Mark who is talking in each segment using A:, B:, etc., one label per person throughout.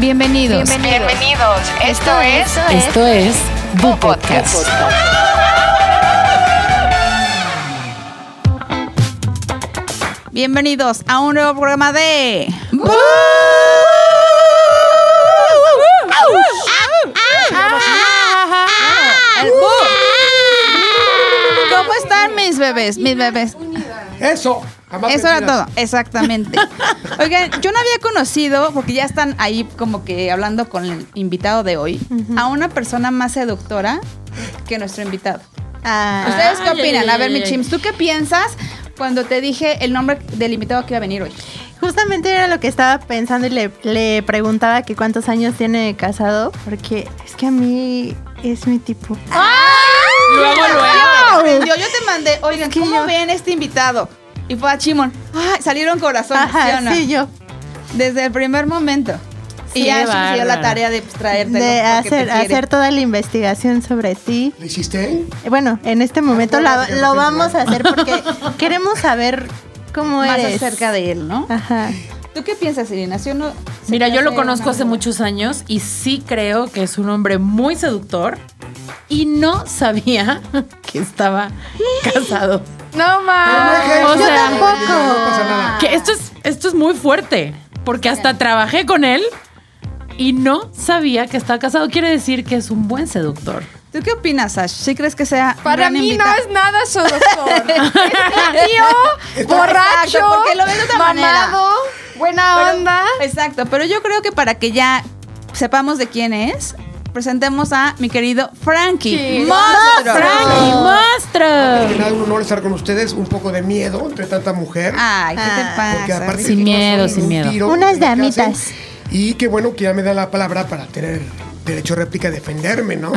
A: Bienvenidos.
B: Bienvenidos.
C: Bienvenidos. Esto es
A: Esto es Bu Podcast. Bienvenidos a un nuevo programa de Bu. El Bu. ¿Cómo están mis bebés? Mis bebés.
D: Eso. jamás
A: Eso era
D: mentiras.
A: todo, exactamente. Oigan, yo no había conocido, porque ya están ahí como que hablando con el invitado de hoy, a una persona más seductora que nuestro invitado.
E: Ah.
A: ¿Ustedes qué
B: Ay,
A: opinan?
B: ay,
A: A ver,
B: ay,
A: mi
B: ay.
A: Chims, ¿tú qué piensas cuando te dije el nombre del invitado que iba a venir hoy?
E: Justamente era lo que estaba pensando y le, le preguntaba que cuántos años tiene de casado, porque es que a mí es mi tipo.
B: Luego, luego.
A: Yo, yo te mandé, oigan,
E: que
A: ¿cómo
E: yo-
A: ven este invitado? Y fue a Chimon. Ay, salieron corazones, ¿sí o
E: Ajá,
A: no?
E: sí, yo.
A: Desde el primer momento.
B: Sí,
A: y ya
B: qué
A: eso me dio la
B: bárbara.
A: tarea de pues, traértelo,
E: de
A: porque te
E: hacer,
A: quiere.
E: hacer toda la investigación sobre ti.
D: ¿Lo hiciste?
E: Eh, Bueno, en este momento
D: Toda la
E: la- lo
D: investigación,
E: vamos a
D: ¿verdad?
E: hacer porque queremos saber cómo
A: más
E: eres.
A: acerca de él, ¿no?
E: Ajá.
A: ¿Tú qué piensas, Irina? ¿Sí o no? ¿Se
B: Mira,
A: te
B: yo lo
A: hace
B: conozco
A: una
B: hace
A: duda?
B: muchos años y sí creo que es un hombre muy seductor y no sabía que estaba casado.
C: No más.
D: Maje,
B: o
D: no,
B: sea-
D: no pasa nada.
B: Que esto es, esto es muy fuerte, porque hasta trabajé con él y no sabía que estaba casado. Quiere decir que es un buen seductor.
A: ¿Tú qué opinas, Sash? ¿Sí crees que sea un
C: Para
A: gran
C: mí no
A: invitado?
C: es nada su doctor. es un tío borracho,
A: Exacto, porque lo ves de otra manera.
C: mamado, buena
A: Pero-
C: onda.
A: Exacto, pero yo creo que para que ya sepamos de quién es, presentemos a mi querido Frankie.
C: Sí.
A: ¡Monstruo!
B: ¡Frankie,
D: Que
B: monstruo!
D: nada, un honor estar con ustedes. Un poco de miedo entre tanta mujer.
A: Ay, ¿qué
C: Ah.
A: te Ah, pasa?
D: porque aparte
A: Ricky?
B: Sin
D: de que no
B: miedo,
D: soy
B: sin
D: un
B: miedo.
D: tiro,
E: Unas
D: me casen.
E: damitas.
D: Y qué bueno que ya me da la palabra para tener derecho a réplica, defenderme, ¿no?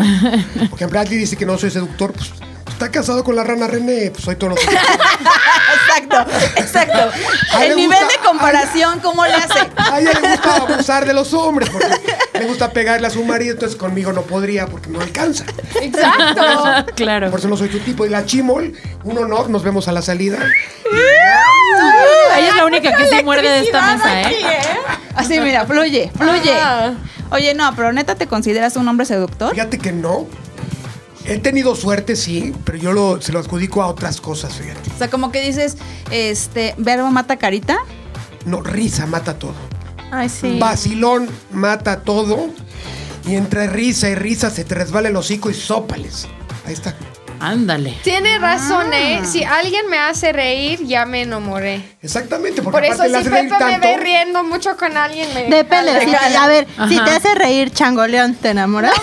D: Porque Bradley dice que no soy seductor. Pues está casado con la rana René. Pues soy todo lo que.
A: Exacto, exacto.
D: A él
A: El
D: le
A: nivel
D: gusta-
A: de comparación, ¿cómo le hace?
D: A ella le gusta abusar de los hombres. Porque le gusta pegarle a su marido. Entonces conmigo no podría porque no alcanza.
C: Exacto.
B: claro.
D: Por eso no soy tu tipo. Y la Chimol, un honor. Nos vemos a la salida.
B: Ella es la única que se muerde de esta mesa, ¿eh?
A: Así, mira, fluye, fluye.
C: Ajá.
A: Oye, no, pero neta, ¿te consideras un hombre seductor?
D: Fíjate que no. He tenido suerte, sí, pero yo lo, se lo adjudico a otras cosas, fíjate.
A: O sea, como que dices, este, verbo mata carita.
D: No, risa mata todo.
E: Ay, sí.
D: Vacilón mata todo. Y entre risa y risa se te resbala el hocico y sópales. Ahí está.
B: Ándale.
C: Tiene razón, ¿eh? Si alguien me hace reír, ya me enamoré.
D: Exactamente, porque
C: Por eso
D: aparte
C: si
D: le hace
C: Pepe
D: reír
C: me
D: tanto.
C: ve riendo mucho con alguien, me
E: Depende. si te- a ver, si
B: Ajá.
E: te hace reír Changoleón, ¿te enamoras?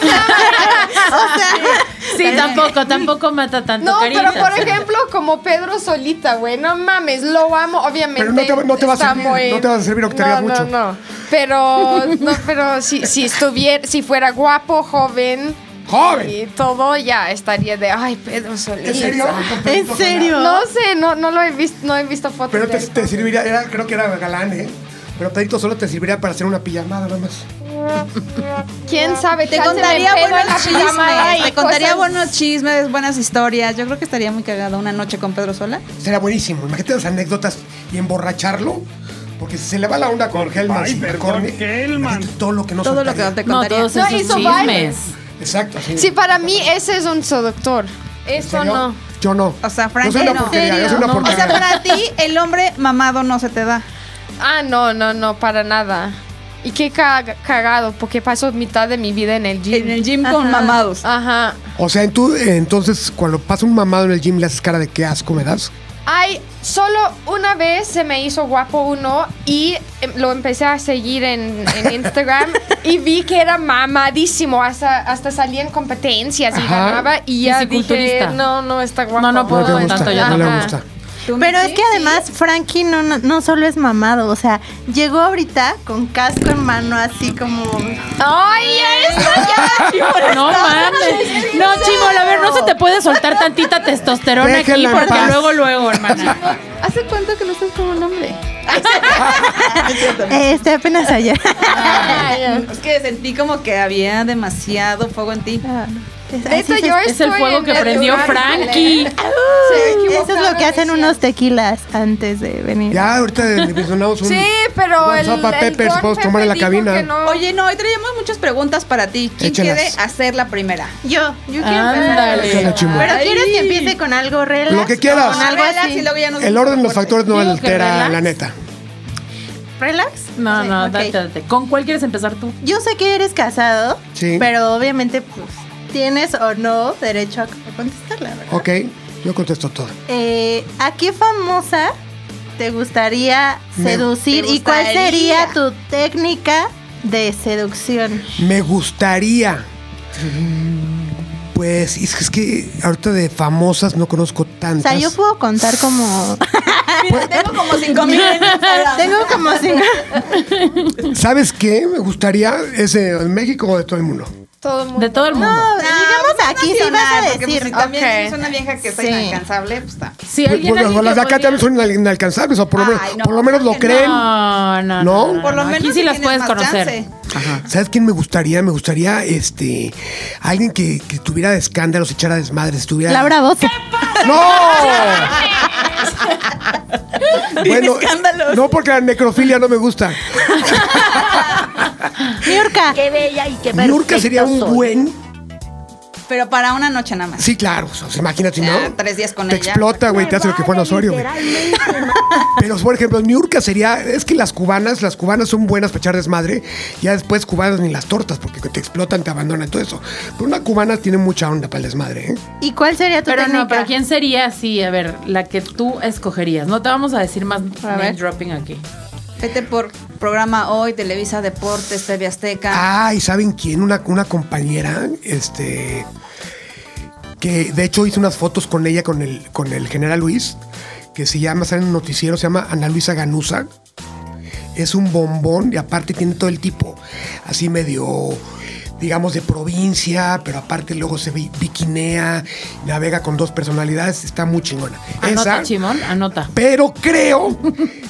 B: Sí, tampoco, tampoco mata tanto
C: No,
B: carita.
C: pero por ejemplo, como Pedro Solita, güey, no mames, lo amo, obviamente.
D: Pero no te va- no te va a
C: está
D: servir, no te va a servir, Octavia,
C: no,
D: mucho.
C: No, no, pero, no, pero si, si estuviera, si fuera guapo, joven
D: ¡Joven!
C: y todo, ya estaría de, ay, Pedro Solita.
D: ¿En serio?
E: ¿En serio?
C: No sé, no, no lo he visto, no he visto fotos.
D: Pero te,
C: de él.
D: te serviría, era- creo que era galán, ¿eh? Pero Pedrito solo te serviría para hacer una pijamada, nada más.
C: ¿Quién sabe?
A: Te
C: Chance me
A: contaría
C: pedo en la
A: buenos
C: pijamada
A: chismes.
C: y
A: Te contaría
C: cosas.
A: buenos chismes, buenas historias. Yo creo que estaría muy cagada una noche con Pedro Sola.
D: Sería buenísimo. Imagínate las anécdotas y emborracharlo. Porque si se le va la onda con Hellman.
F: ay,
D: sin
F: perdón,
D: McCormick,
F: Hellman.
D: imagínate Todo lo que no
A: Todo lo que
D: soltaría.
A: te
B: No,
A: contaría.
B: todos
C: No,
B: esos
C: hizo
B: chismes.
D: Exacto. así.
C: Sí, para mí ese es un seductor.
D: ¿En
C: Eso
D: serio?
C: no.
D: Yo no.
A: O sea, Frank,
D: Yo soy
A: no.
D: una porquería, yo soy una
B: No,
A: o
D: porquería.
A: sea, para ti el hombre mamado no se te da.
C: Ah, no, no, no, para nada. Y qué ca- cagado, porque paso mitad de mi vida en el
A: En el
C: gym.
A: gym con mamados.
C: Ajá.
D: O sea, en tú, entonces, cuando pasa un mamado en el gym, le haces cara de qué asco me das.
C: Ay, solo una vez se me hizo guapo uno y em, lo empecé a seguir en, en Instagram y vi que era mamadísimo. Hasta, hasta salía en competencias y
D: Ajá.
C: ganaba y ya dije,
B: Fisiculturista.
C: no, no está guapo.
B: No, no
D: No
B: puedo
D: le
B: Ay,
D: gusta,
B: tanto ya
D: no le
C: Ajá.
D: gusta.
A: ¿Tú,
E: Pero
A: Mitzi?
E: es que además Frankie no, no, no solo es mamado, o sea, llegó ahorita con casco en mano así como...
C: Ay, eso ya.
B: No mames. No, Chimol, a ver, no se te puede soltar tantita testosterona aquí
D: Déjenla en
B: porque
D: paz.
B: luego, luego, hermana.
A: ¿Hace cuánto que no estás como un hombre?
E: Este apenas ayer.
A: Es que sentí como que había demasiado fuego en ti.
C: Ah. De hecho, yo
B: Es el
C: estoy
B: fuego
C: en
B: que prendió
C: natural,
B: Frankie.
C: Se
E: Eso es lo
C: equivocaron,
E: que hacen
C: decía.
E: unos tequilas antes de venir.
D: Ya, ahorita le mencionamos un.
C: Sí, pero el,
D: WhatsApp a
C: el
D: Peppers,
C: Corn
D: puedes
C: Pepe
D: tomar en la
C: dijo
D: cabina.
C: que no.
A: Oye, no, hoy traemos muchas preguntas para ti. ¿Quién
D: Échalas.
A: quiere hacer la primera?
E: Yo, yo quiero
B: Ándale.
E: empezar.
D: Échale, chimo.
E: Pero quieres que
A: Ay.
E: empiece con algo relax.
D: Lo que quieras.
E: Con algo
A: Relax
E: así.
A: y luego ya nos-
D: El orden de los factores no
B: Digo que
D: altera,
B: relax.
D: la neta.
E: ¿Relax?
B: No,
E: Sí,
B: no,
E: ok.
B: date, date. ¿Con cuál quieres empezar tú?
E: Yo sé que eres casado,
D: Sí.
E: pero obviamente pues, tienes o no derecho a a contestarla, ¿verdad?
D: Ok, yo contesto todo.
E: Eh, ¿A qué famosa te gustaría
D: Me-
E: seducir
A: Te
E: y cuál
A: gustaría.
E: sería tu técnica de seducción?
D: Me gustaría. Pues es que, es que ahorita de famosas no conozco
E: O
D: tantas.
E: sea, yo puedo contar como...
A: Tengo como 5 mil en Instagram.
E: Tengo como cinco...
D: ¿Sabes qué? Me gustaría es de México o de todo el mundo.
C: Todo el mundo.
B: De todo el mundo.
E: No, digamos aquí sí vas a
A: nacional, porque,
E: decir...
A: pues, si también
C: ok.
A: es una vieja que está
E: Sí.
A: inalcanzable, pues está.
B: Si
D: Pues,
B: alguien
D: pues, las
B: alguien
D: las de
B: que
D: acá también
B: podría-
D: son inal- inalcanzables, o por lo
A: Ay,
D: menos,
A: no,
D: por lo, menos lo
A: creo que no.
D: creen.
B: No, no, no,
D: ¿No?
B: no, no,
A: Por lo
B: no.
A: menos
B: Aquí sí las
A: tienes
B: puedes
A: más
B: conocer.
A: chance.
B: Ajá.
D: ¿Sabes quién me gustaría? Me gustaría este alguien que, que tuviera escándalos, echara desmadres, estuviera.
E: Laura Bozo.
D: ¡No! bueno,
A: Escándalos.
D: no porque la necrofilia no me gusta.
E: Niurka.
F: Qué bella y qué perfecta.
D: Nurka sería un
F: soy.
D: buen.
A: Pero para una noche nada más.
D: Sí, claro. o sea, imagínate, ¿no?
A: Ah, tres días con
D: Te
A: ella.
D: explota, güey,
F: Me
D: te hace lo que fue en
F: vale
D: Osorio. güey.
F: literalmente
D: Pero, por ejemplo, Niurka sería. Es que las cubanas, las cubanas son buenas para echar desmadre. Ya después cubanas ni las tortas, porque te explotan, te abandonan, todo eso. Pero una cubana tiene mucha onda para el desmadre, ¿eh?
E: ¿Y cuál sería tu
B: Pero
E: técnica?
B: no, pero ¿quién sería así? A ver, la que tú escogerías. No te vamos a decir más name dropping aquí.
A: Vete por programa hoy, Televisa Deportes, TV Azteca.
D: Ah, ¿y saben quién? Una, una compañera, este. Que de hecho hice unas fotos con ella, con el, con el general Luis, que se llama, sale en un noticiero, se llama Ana Luisa Ganusa. Es un bombón y aparte tiene todo el tipo, así medio, digamos, de provincia, pero aparte luego se vi- biquinea, navega con dos personalidades, está muy chingona.
B: Anota, Chimón, anota.
D: Pero creo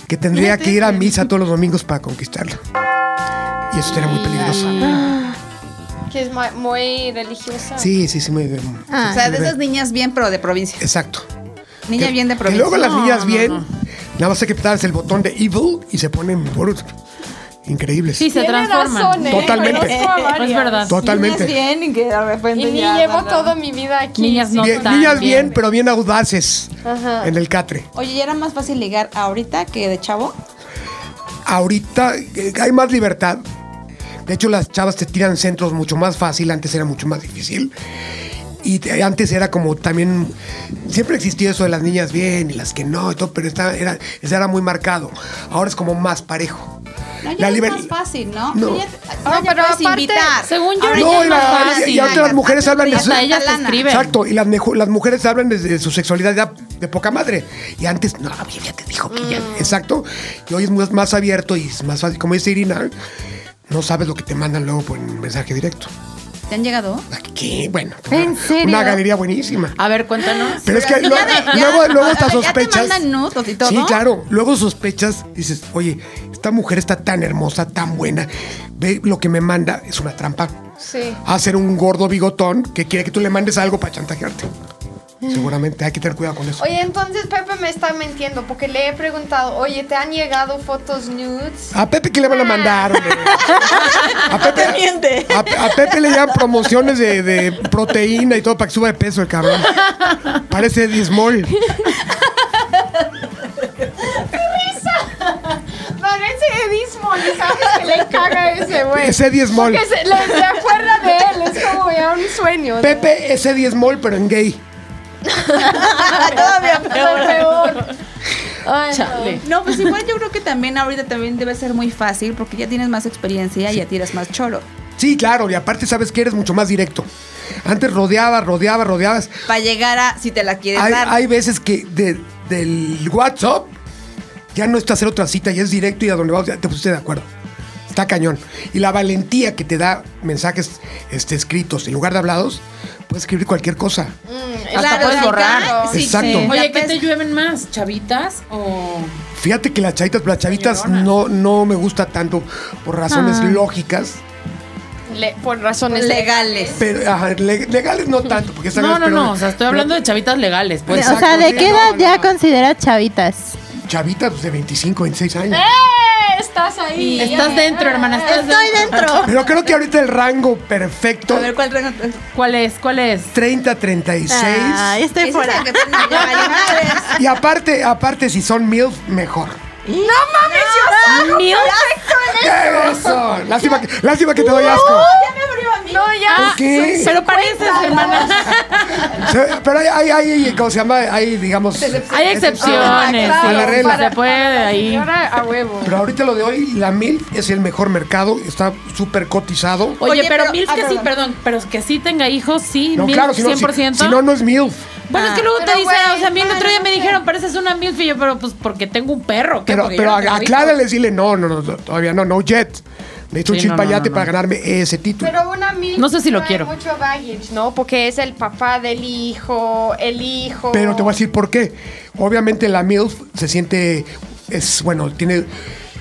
D: que tendría que ir a misa todos los domingos para conquistarlo. Y eso sería muy peligroso.
C: Que es ma- muy religiosa.
D: Sí, sí, sí, muy bien.
E: Ah.
A: o sea, de esas niñas bien, pero de provincia.
D: Exacto.
A: Niña
D: Que-
A: bien de
D: que
A: provincia.
D: luego las
B: No,
D: niñas
B: no,
D: bien,
B: no.
D: nada más hay que apretarles el botón de evil y se ponen brut, increíbles.
B: Sí, se
C: Tiene
B: transforman.
C: razón, ¿eh?
D: Totalmente.
C: Conozco a varias.
B: Es verdad.
A: Niñas
D: Totalmente.
A: bien y que de repente
C: Y ni
A: ya
C: llevo
A: mandaron.
C: toda mi vida aquí.
B: Niñas no
D: Bien-
B: tan
D: niñas bien,
B: bien.
D: pero bien audaces
C: Ajá.
D: en el catre.
A: Oye, ¿y era más fácil ligar ahorita que de chavo?
D: Ahorita eh, hay más libertad. De hecho, las chavas te tiran centros mucho más fácil. Antes era mucho más difícil. Y te- antes era como también. Siempre existió eso de las niñas bien y las que no, y todo, pero estaba- era, era muy marcado. Ahora es como más parejo.
A: No,
D: La
A: ya es
D: liber-
A: más fácil, ¿no?
D: No.
A: Ya,
C: No,
A: ahora ya
C: pero
A: puedes
C: aparte,
A: invitar.
B: según yo,
A: Ahora
B: ahorita
A: ya
D: No,
B: es
D: y,
B: más
D: la-
B: fácil.
D: y- y ahorita las mujeres hablan de su-
B: Hasta ellas te
A: Catalana.
B: escriben.
D: Exacto, y las, mejo- las mujeres hablan de, de su sexualidad ya de poca madre. Y antes, no, ya- ya te dijo que ya.
A: Mm.
D: Exacto. Y hoy es más, más abierto y es más fácil. Como dice Irina, no sabes lo que te mandan luego por un mensaje directo.
A: ¿Te han llegado?
D: Aquí, bueno. pues,
E: ¿En
D: una,
E: serio?
D: una galería buenísima.
B: A ver, cuéntanos.
D: Pero es que
A: Ya
D: luego,
A: de- ya-
D: luego, luego
A: a
D: hasta
A: ver,
D: sospechas.
A: ¿Ya te mandan nudos y todo?
D: Sí, claro. Luego sospechas, dices, oye, esta mujer está tan hermosa, tan buena. Ve lo que me manda, es una trampa.
C: Sí.
D: Hacer un gordo bigotón que quiere que tú le mandes algo para chantajearte. Seguramente hay que tener cuidado con eso.
C: Oye, entonces Pepe me está mintiendo porque le he preguntado, oye, ¿te han llegado fotos nudes?
D: A Pepe que le van a mandar, hombre? A Pepe, a, a Pepe le llevan promociones de, de proteína y todo para que suba de peso el cabrón. Parece Dismol.
C: Parece edismo, ¿sabes que le caga ese güey?
D: Ese Dismol.
C: Porque se, le- se acuerda de él, es como ya un sueño. ¿no?
D: Pepe ese 10 mol, pero en gay.
A: Todavía
C: Lo peor. Ay, no.
B: Chale.
A: No, pues igual yo creo que también ahorita también debe ser muy fácil porque ya tienes más experiencia y ya tiras más choro.
D: Sí, claro, y aparte sabes que eres mucho más directo. Antes rodeabas, rodeabas, rodeabas.
A: Para llegar a si te la quieres
D: Hay,
A: dar.
D: hay veces que de- del WhatsApp ya no está hacer otra cita, ya es directo y a donde vas ya te pusiste de acuerdo. Está cañón. Y la valentía que te da mensajes este, escritos en lugar de hablados, puedes escribir cualquier cosa.
B: Hasta puedes
A: sí,
B: borrar.
A: claro. Sí,
D: Exacto.
A: sí.
B: Oye,
A: Ya
B: ¿qué
A: ves.
B: te llueven más? ¿Chavitas o.?
D: Fíjate que las chavitas, las chavitas
B: Señoronas.
D: no,
B: Ah.
D: no me gusta tanto por razones lógicas,
C: Le- por razones
A: pues legales.
D: pero ajá, le- legales no tanto, porque esa
B: No,
D: vez,
B: no,
D: pero-
B: no. O sea, estoy hablando de chavitas legales,
E: o
B: pues.
D: Exacto,
E: sea, ¿de
D: sí,
E: qué
D: no,
E: edad
D: no.
E: ya consideras chavitas?
B: Eh.
D: Chavitas pues, de 25, 26 años.
C: estás ahí.
B: Estás dentro, hermana. estás
E: Estoy dentro.
D: Pero creo que ahorita el rango perfecto,
A: A ver, ¿cuál traigo?
B: ¿Cuál es? ¿Cuál es?
D: 30-36.
E: Ay, estoy
A: Ese es
E: fuera.
A: el que tengo, ya valió madres.
D: Y aparte, aparte, si son MILF, mejor.
B: Milf.
D: Eso. Lástima que, lástima que te doy asco.
C: No, ya.
D: ¿Por qué?
B: Ah, Pero pareces, hermana.
D: Se- Pero hay, hay, hay, ¿cómo se llama? Hay, digamos. este,
B: Hay excepciones.
D: Ah,
B: sí,
D: claro.
B: sí,
D: Para-
B: se puede ahí.
C: Señora, a huevo.
D: Pero ahorita lo de hoy, la MILF es el mejor mercado, está súper cotizado.
B: Oye,
A: Oye,
B: pero,
A: pero-
B: Milf
A: ah,
B: que sí,
A: perdón.
B: perdón, pero que sí tenga hijos, sí,
D: No,
B: Milf
D: claro, si no, si,
B: 100%.
D: si no, no es MILF.
B: Bueno, es que luego te
C: Pero,
B: dicen,
C: güey,
B: o sea, a mí el
C: ay,
B: otro día
C: no
B: me
C: sé.
B: dijeron, pareces una milf, y yo, pero pues porque tengo un perro. ¿qué?
D: Pero,
B: Porque yo
D: pero
B: no tengo
D: aclárales, dile, no, no, no, todavía no, no jet. Necesito un
B: Sí, no, no,
D: chilpayate
B: no, no.
D: para ganarme ese título.
C: Pero una mil.
B: No sé si lo
C: trae
B: quiero.
C: Mucho baggage, ¿no? Porque es el papá del hijo, el hijo.
D: Pero te voy a decir por qué. Obviamente la MILF se siente, es bueno, tiene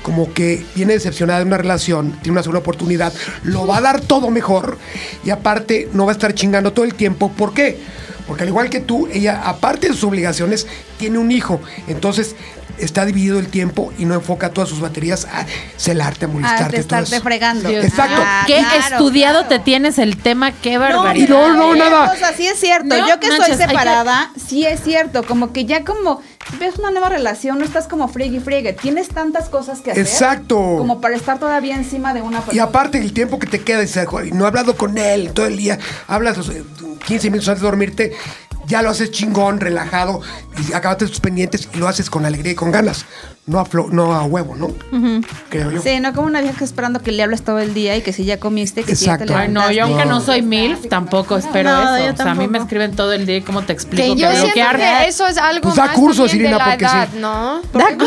D: como que viene decepcionada de una relación, tiene una segunda oportunidad, lo va a dar todo mejor y aparte no va a estar chingando todo el tiempo. ¿Por qué? Porque al igual que tú, ella, aparte de sus obligaciones, tiene un hijo. Entonces está dividido el tiempo y no enfoca todas sus baterías a celarte, a
A: Ah,
D: molestarte.
A: de
D: todo
A: estarte
D: eso.
A: fregando.
B: Dios
D: Exacto.
B: mío.
A: Ah,
B: Qué
A: claro,
B: estudiado
A: claro.
B: te tienes el tema, qué
D: Y
B: barbaridad.
D: no, no,
A: Pero,
D: nada.
A: O sea, sí es cierto.
B: No
A: Yo que
B: manches,
A: soy
B: hay que-
A: separada, sí es cierto. Como que ya como ves una nueva relación, no estás como friegue y friegue. Tienes tantas cosas que hacer.
D: Exacto.
A: Como para estar todavía encima de una persona.
D: Y aparte, el tiempo que te queda, dices, "Joder, no he hablado con él todo el día, hablas los, eh, 15 minutos antes de dormirte, ya lo haces chingón, relajado, y acabaste tus pendientes y lo haces con alegría y con ganas. No a, flo- no a huevo, ¿no? Creo yo.
A: Sí, no como una vieja esperando que le hables todo el día y que si ya comiste, que si ya te
D: Exacto.
B: Ay, no,
A: levantaste.
B: yo aunque no
D: No.
B: soy milf, tampoco espero
E: No, yo
B: eso. O sea, a mí
E: tampoco.
B: me escriben todo el día y cómo te
C: Que
B: explico
C: yo
B: que
C: siento
B: bloquear.
C: que eso es algo
D: Pues da
C: más
D: cursos,
C: también de
D: Irina,
C: la
D: porque sí.
C: edad, ¿no?
E: Da cu-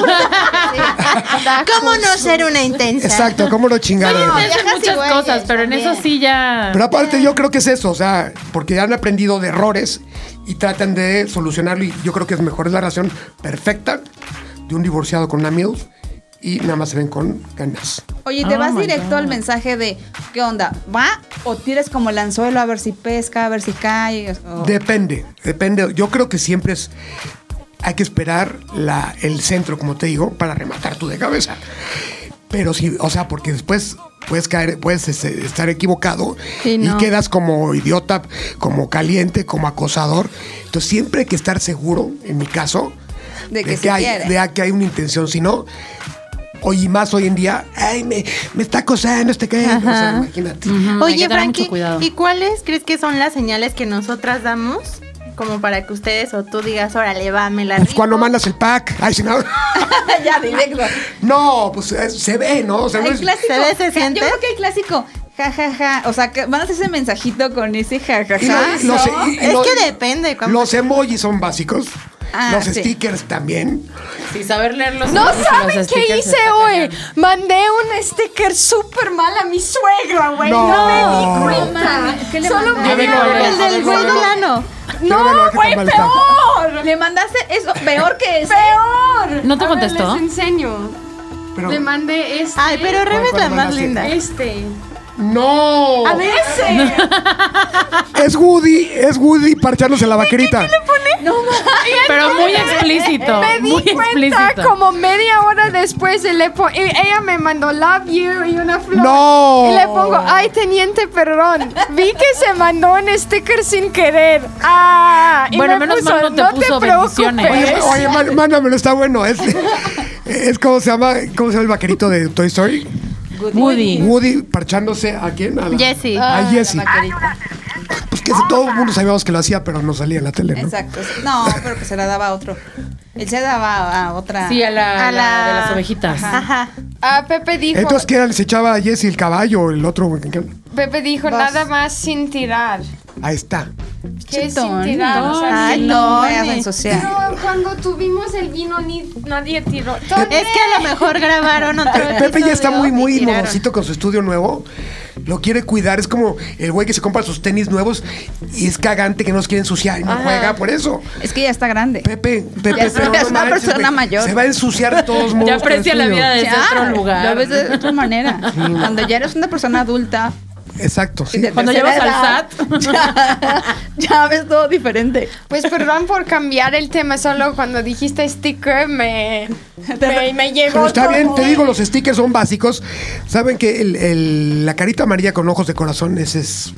C: Da
E: ¿Cómo no
C: cursos.
E: ser una intensa?
D: Exacto, ¿cómo no
B: Soy
D: chingaron?
B: intensa en
C: viejas y
B: muchas
C: güeyes
B: cosas, pero en
C: también.
B: eso sí ya.
D: Pero aparte yo creo que es eso, o sea, porque ya han aprendido de errores y tratan de solucionarlo y yo creo que es mejor es la relación perfecta de un divorciado con una MILF y nada más se ven con ganas.
A: Oye, ¿te
B: Oh
A: vas
B: my
A: directo
B: God.
A: al mensaje de qué onda? ¿Va? ¿O tiras como el anzuelo a ver si pesca, a ver si cae? O-
D: Depende, depende. Yo creo que siempre es. Hay que esperar la, el centro, como te digo, para rematar tú de cabeza. Pero sí, o sea, porque después puedes caer, puedes este, estar equivocado
E: Sí,
D: y
E: no.
D: quedas como idiota, como caliente, como acosador. Entonces siempre hay que estar seguro, en mi caso,
A: De que sí
D: hay,
A: quiere.
D: de que hay una intención. Si no, hoy y más hoy en día, ay, me, me está acosando este que. o sea, imagínate.
B: Ujú, hay que
E: Oye,
B: tener mucho
E: Frankie,
B: cuidado.
E: ¿y cuáles crees que son las señales que nosotras damos? Como para que ustedes o tú digas, órale, va, me la
D: Pues
E: rifo.
D: cuando mandas el pack, ay, si no.
A: ya, directo.
D: No, pues eh, se ve, ¿no? O sea, no
A: El
D: es-
A: clásico.
E: ¿Se ve, se
A: Ja,
E: siente?
A: Yo creo que el clásico. Ja, ja, ja. O sea, que mandas ese mensajito con ese ja, ja,
D: y lo-
A: ja.
D: los- e-
A: ¿no?
D: y- y
E: Es
D: lo-
E: que depende. ¿cómo?
D: Los emojis son básicos.
A: Ah,
D: los
A: sí.
D: stickers también.
B: Sí, saber leer los
C: No
B: emojis y los
C: saben qué
B: stickers
C: hice
B: está
C: hoy.
B: cañón.
C: Mandé un sticker súper mal a mi suegro, güey. No,
D: No.
C: me di cuenta.
A: ¿Qué le
C: Solo
A: mandaste?
C: me
B: Yo vi
C: dio-
B: cuál era.
E: El del güey del ano.
D: Quiero ver lo
C: No,
D: que
C: güey,
D: tan mal está.
C: peor.
A: Le mandaste eso peor que eso.
C: Peor.
B: ¿No te
C: A ver,
B: contestó?
C: les enseño.
D: Pero
C: Le mandé este.
E: Ay, pero Rebe es la más linda.
C: Este.
D: Oh. no.
C: A ver, ese.
D: Es Woody, es Woody parchándose la vaquerita.
B: Pero muy explícito.
C: Me di
B: muy
C: cuenta
B: explícito.
C: como media hora después y le po- y ella me mandó love you y una flor.
D: No.
C: Y le pongo, ay, teniente, perdón. Vi que se mandó un sticker sin querer. Ah. Y
B: Bueno,
C: me
B: menos mal no te puso
C: preocupes".
B: bendiciones.
D: Oye, oye, man- mándamelo, está bueno. Es, es como se llama, ¿cómo se llama el vaquerito de Toy Story?
B: Woody.
D: Woody parchándose a quién? A la-
E: Jesse.
D: A Jesse.
A: Vaquerita.
D: Pues que todo el mundo sabíamos que lo hacía, pero no salía en la tele, ¿no?
A: Exacto. No, pero que se la daba a otro. Él se daba a otra.
B: Sí, a la,
E: A
B: la- de
E: la-
B: las ovejitas.
E: Ajá.
C: Ah, Pepe dijo,
D: Entonces, ¿qué era? ¿Les echaba a Jesse el caballo o el otro?
C: Pepe dijo
A: Vas.
C: nada más sin tirar.
D: Ahí está.
C: ¿Qué es sin
A: Chitón,
C: tirar? O sea,
E: Ay,
C: sin-
E: no.
A: No me hagas ensuciar.
C: Pero cuando tuvimos el vino ni, nadie tiró.
E: Es que a lo mejor grabaron otro.
D: Pe- Pepe ya está
E: episodio
D: muy,
E: y
D: muy
E: tiraron.
D: modosito con su estudio nuevo. Lo quiere cuidar. Es como el güey que se compra sus tenis nuevos y es cagante que no los quiere ensuciar y no juega por eso.
A: Es que ya está grande.
D: Pepe, Pepe,
A: es una
D: manches,
A: persona
D: güey.
A: mayor.
D: Se va a ensuciar de todos modos.
B: Ya
D: con el
B: aprecia la
D: estudio.
B: vida desde
A: Ya,
B: otro
A: Lo
B: lugar.
A: ves de otra manera. Cuando ya eres una persona adulta,
D: Exacto, sí.
A: De
B: Cuando
A: tercera
B: llevas al
A: edad, Ya, ya ves todo diferente.
C: Pues perdón por cambiar el tema, solo cuando dijiste sticker me, me, me llegó.
D: Pero está
C: como-
D: bien, te digo, los stickers son básicos. Saben que el- el- la carita amarilla con ojos de corazón ese es.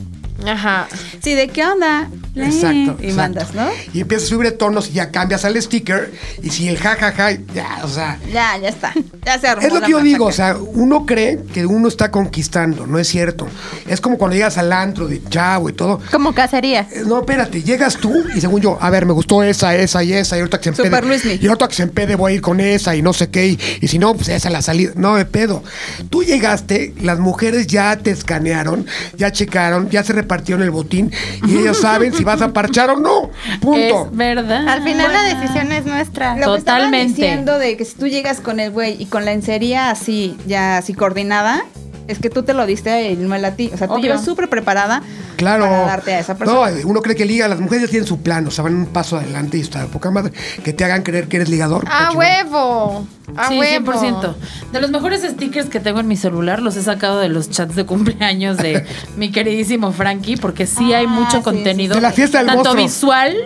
C: Ajá.
A: Sí, ¿de qué onda? Eh,
D: Exacto.
A: Y
D: exacto.
A: mandas, ¿no?
D: Y empiezas a subir de tonos y ya cambias al sticker. Y si el jajaja, ya, o sea.
A: Ya, ya está. Ya se armó
D: Es lo
A: la
D: que yo digo, o
A: machaca.
D: sea, uno cree que uno está conquistando, no es cierto. Es como cuando llegas al antro de chavo y todo.
E: Como cacería.
D: Eh, No, espérate, llegas tú y según yo, a ver, me gustó esa, esa y esa, y ahorita que se empede.
A: Super Luismi.
D: Y ahorita que se empede voy a ir con esa y no sé qué, y, y si no, pues esa es la salida. No, de pedo. Tú llegaste, las mujeres ya te escanearon, ya checaron, ya se repartieron el botín y ellas saben si vas a parchar o no. Punto.
B: Es verdad.
E: Al final la decisión es nuestra.
A: Lo que estaban
B: Totalmente.
A: diciendo de que si tú llegas con el güey y con la lencería así, ya así coordinada, es que tú te lo diste y no él a ti. O sea, tú
B: Obvio.
A: llevas súper preparada
D: Claro.
A: para darte a esa persona.
D: No, eh, uno cree que liga, las mujeres ya tienen su plan, o sea, van un paso adelante y está de poca madre. Que te hagan creer que eres ligador.
C: A
A: Ah,
D: cachimán.
C: ah,
A: pues,
C: huevo. A
B: sí,
C: Ah, huevo.
B: 100%. De los mejores stickers que tengo en mi celular, los he sacado de los chats de cumpleaños de mi queridísimo Frankie, porque sí hay
A: Ah,
B: mucho
A: sí,
B: contenido.
D: sí, sí. De la fiesta del
B: Tanto
D: monstruo.
B: visual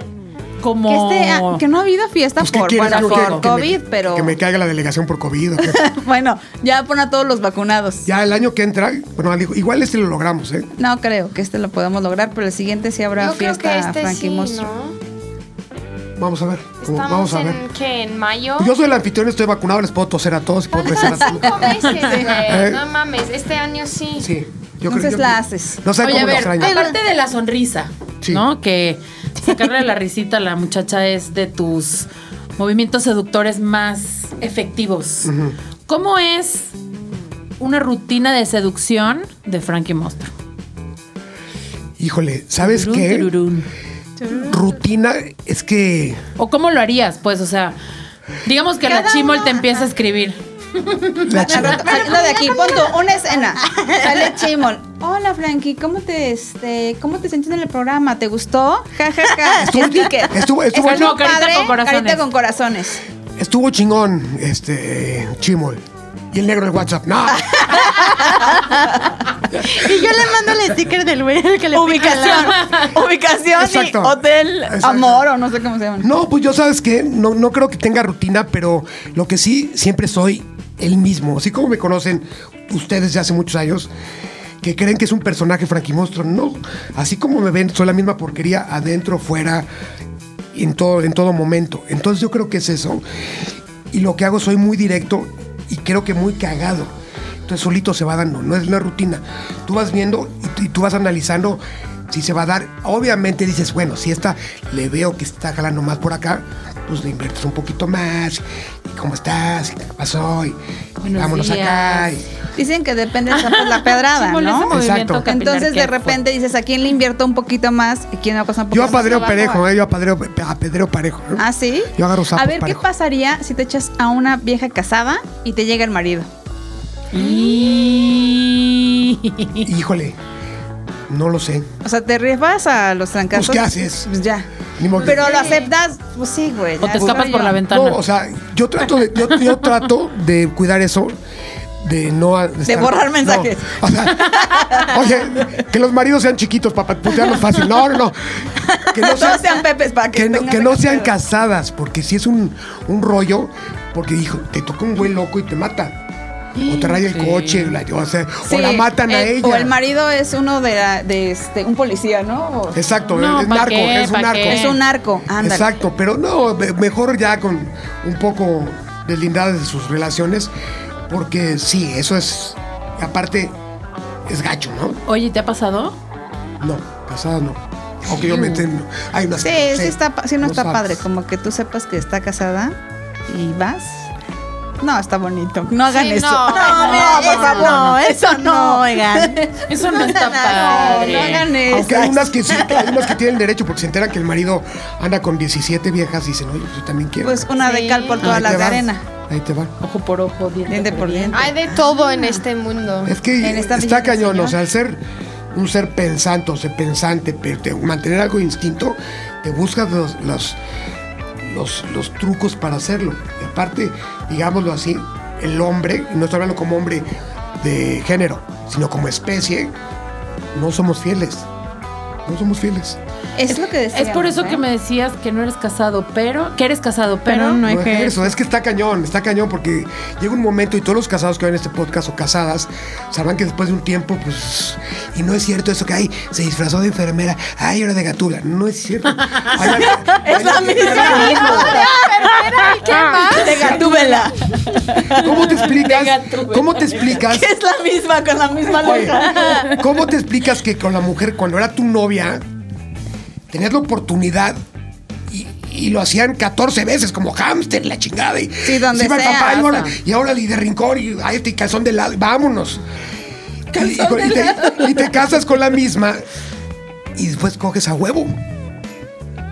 B: como.
A: Que, este, ah, que no ha habido fiesta
D: Pues, ¿qué
A: por,
D: quieres?
A: bueno,
D: Yo
A: por
D: quiero que me-
A: COVID, pero
D: Que me caiga la delegación por COVID. ¿o qué?
A: bueno, ya pon a todos los vacunados.
D: Ya el año que entra, bueno, al- igual este lo logramos, ¿eh?
A: No creo que este lo podamos lograr, pero el siguiente sí habrá
C: Yo creo
A: fiesta
C: que este
A: Frankie
C: sí,
A: Monstruo.
C: ¿no?
D: Vamos a ver. como-
C: Estamos
D: Oh, vamos a ver. Pues
C: en, ¿qué? ¿En mayo?
D: Yo soy el anfitrión, estoy vacunado, les puedo toser a todos y puedo besar a
C: Faltan
D: todos.
C: cinco meses,
D: Eh.
C: güey. No mames, este año sí.
D: Sí. Yo
A: Entonces
D: creo, yo-
A: la haces.
D: No sé
B: Oye, a
D: cómo lo
B: ver,
D: extraño.
B: aparte de la sonrisa,
D: Sí.
B: ¿no? Que sacarle la risita a la muchacha es de tus movimientos seductores más efectivos. ¿Cómo es una rutina de seducción de Frankie Monstruo?
D: Híjole, ¿sabes
B: Turun,
D: qué?
B: tururún.
D: Rutina es que.
B: ¿O cómo lo harías? Pues, o sea, digamos que la
A: Cada
B: chimol
A: uno,
B: te empieza a escribir.
D: La
A: Al
D: chica-
A: rato, saliendo ah, de aquí, pon tú una escena. Sale Chimol. Hola Frankie, ¿cómo te este, cómo te sentiste en el programa? ¿te gustó? Ja ja ja.
D: Estuvo-
A: Sticker.
D: estuvo- estuvo-
A: Está
B: No, carita
A: padre,
B: con corazones.
A: carita con corazones.
D: Estuvo chingón, este. Chimol. Y el negro del WhatsApp. ¡No!
E: Y yo le mando el sticker del güey al que le pica
A: Ubicación.
E: la-
A: Ubicación y
D: Exacto.
A: hotel
D: Exacto.
A: amor o no sé cómo se llaman.
D: No, pues yo sabes que no, no creo que tenga rutina, pero lo que sí, siempre soy el mismo. Así como me conocen ustedes ya hace muchos años, que creen que es un personaje Frankie Monstruo. No, así como me ven, soy la misma porquería adentro, fuera, en todo, en todo momento. Entonces yo creo que es eso. Y lo que hago soy muy directo y creo que muy cagado. Entonces solito se va dando, no es una rutina. Tú vas viendo y tú- y tú vas analizando si se va a dar. Obviamente dices, bueno, si esta le veo que está jalando más por acá, pues le inviertes un poquito más. ¿Y cómo estás? ¿Y ¿Qué pasó? Y, y
B: Buenos
D: vámonos acá.
B: días.
D: y-
A: Dicen que depende del sapo de la pedrada,
B: Chimol, ese
A: ¿no?
B: movimiento
D: Exacto.
B: capilar
A: Entonces
B: que
A: de repente dices, ¿a quién le invierto un poquito más? ¿A quién le cosa un
D: Yo
A: poquito más?
D: apadreo
C: abajo,
D: parejo, ¿eh? yo apadreo, apadreo parejo. ¿eh?
A: ¿Ah, sí?
D: Yo agarro sapos
A: A ver, ¿qué
D: parejo.
A: pasaría si te echas a una vieja casada y te llega el marido?
B: Y...
D: Híjole, no lo sé.
A: O sea, te rifas a los trancazos.
D: Pues, ¿qué haces?
A: Pues ya.
D: Ni modo.
A: Pero lo aceptas, pues sí, güey.
B: O
A: ya
B: te
A: soy
B: escapas por
A: yo.
B: la ventana.
D: No, o sea, yo trato de, yo, yo trato de cuidar eso, de no... a- De,
A: borrar mensajes.
D: no, o sea, oye, que los maridos sean chiquitos para putearlos fácil. No, no, no. Que no
A: Todos sean pepes para que
D: que no,
A: tengan
D: que no
A: ese
D: sean
A: pedo.
D: casadas, porque si es un, un rollo, porque dijo, te toca un güey loco y te mata. O te raya el
B: Sí.
D: coche, la- o, sea,
A: Sí,
D: o la matan a
A: el-
D: ella.
A: O el marido es uno de, la- de este, un policía, ¿no? O-
D: Exacto,
B: No,
D: es
B: ¿pa'
D: narco,
B: qué?
D: es un
B: ¿pa'
D: narco.
B: qué?
A: Es un narco, ándale.
D: Exacto, pero no, me- mejor ya con un poco deslindadas de sus relaciones, porque sí, eso es, aparte, es gacho, ¿no?
B: Oye, ¿te ha pasado?
D: No, casada no. Aunque yo me entiendo. Hay unas
A: Sí,
D: que-
A: sí, está, pa- sí no, está
D: sabes.
A: padre. Como que tú sepas que está casada y vas. No, está bonito. No hagan
C: Sí,
A: eso.
C: no.
E: No, mira,
A: por
E: eso
A: favor.
E: no, eso no, oigan.
B: Eso no
A: No,
B: está
A: no
B: padre.
A: hagan eso.
D: Aunque hay unas que sí, hay unas que tienen derecho porque se enteran que el marido anda con 17 viejas y dicen, oye, pues yo también quiero.
A: Pues una de
C: Sí.
A: cal por
D: Ahí
A: todas
D: te
A: las de
D: va,
A: arena.
D: Ahí te va.
B: Ojo por ojo, diente,
A: Diente por diente.
C: Hay de todo en este mundo.
D: Es que
A: En esta
D: está
A: villa del
D: cañón,
A: Señor.
D: o sea, al ser un ser pensante, o sea, pensante, pero te- mantener algo de instinto, te buscas los, los, los, los trucos para hacerlo. Y aparte, digámoslo así, el hombre, y no estoy hablando como hombre de género, sino como especie, no somos fieles. No somos fieles.
A: Es lo que decía.
B: Es por eso que me decías que no eres casado, pero. Que eres casado, pero.
E: Pero no
D: No es
E: ejerzo.
D: eso, es que está cañón, está cañón, porque llega un momento y todos los casados que ven este podcast o casadas sabrán que después de un tiempo, pues. Y no es cierto eso que, ay, se disfrazó de enfermera, ay, ahora de gatula. No es cierto. es la
C: Espera, ¿y qué más?
A: De gatúbela.
D: ¿Cómo te explicas?
B: De gatúbela.
D: ¿Cómo te explicas?
A: Es la misma, con la misma
D: Oye,
A: loca.
D: ¿Cómo te explicas que con la mujer, cuando era tu novia, tenías la oportunidad y, y lo hacían 14 veces, como hámster, la chingada? Y,
A: Sí, donde
D: se iba el
A: sea,
D: papá, y
A: o
D: ahora,
A: sea.
D: y ahora y de rincón, y a este y calzón de lado, y vámonos. Y, y- y te, y te casas con la misma y después coges a huevo.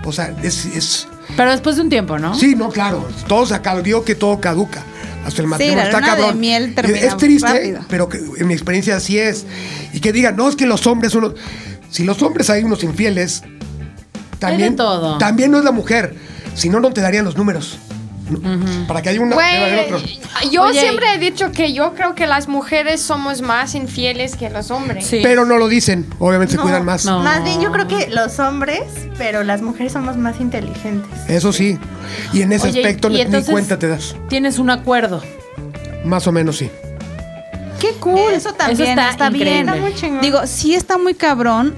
D: O sea, es. es-
B: Pero después de un tiempo, ¿no?
D: Sí, no, claro. Todo se acaba. Digo que todo caduca. Hasta el matrimonio
A: la
D: está
A: luna de
D: cabrón.
A: miel
D: Y
A: termina
D: es triste,
A: rápido.
D: pero que, en mi experiencia así es. Y que digan, no, es que los hombres son los- Si los hombres hay unos infieles, también.
B: todo.
D: También no es la mujer. Si no, no te darían los números. No, Para que haya una. debe haber otro.
C: Güey, yo
B: Oye,
C: siempre he dicho que yo creo que las mujeres somos más infieles que los hombres.
B: Sí.
D: Pero no lo dicen. Obviamente se
E: No,
D: cuidan más.
B: no.
E: Más bien yo creo que los hombres, pero las mujeres somos más inteligentes.
D: Eso sí. Y en ese
B: Oye,
D: aspecto
B: y
D: ni-
B: entonces-
D: ni cuenta te das.
B: Tienes un acuerdo.
D: Más o menos sí.
A: Qué cool. Uh, Eso también
B: está
A: está,
B: increíble.
A: bien.
E: Está muy chingón.
A: Digo, sí está muy cabrón.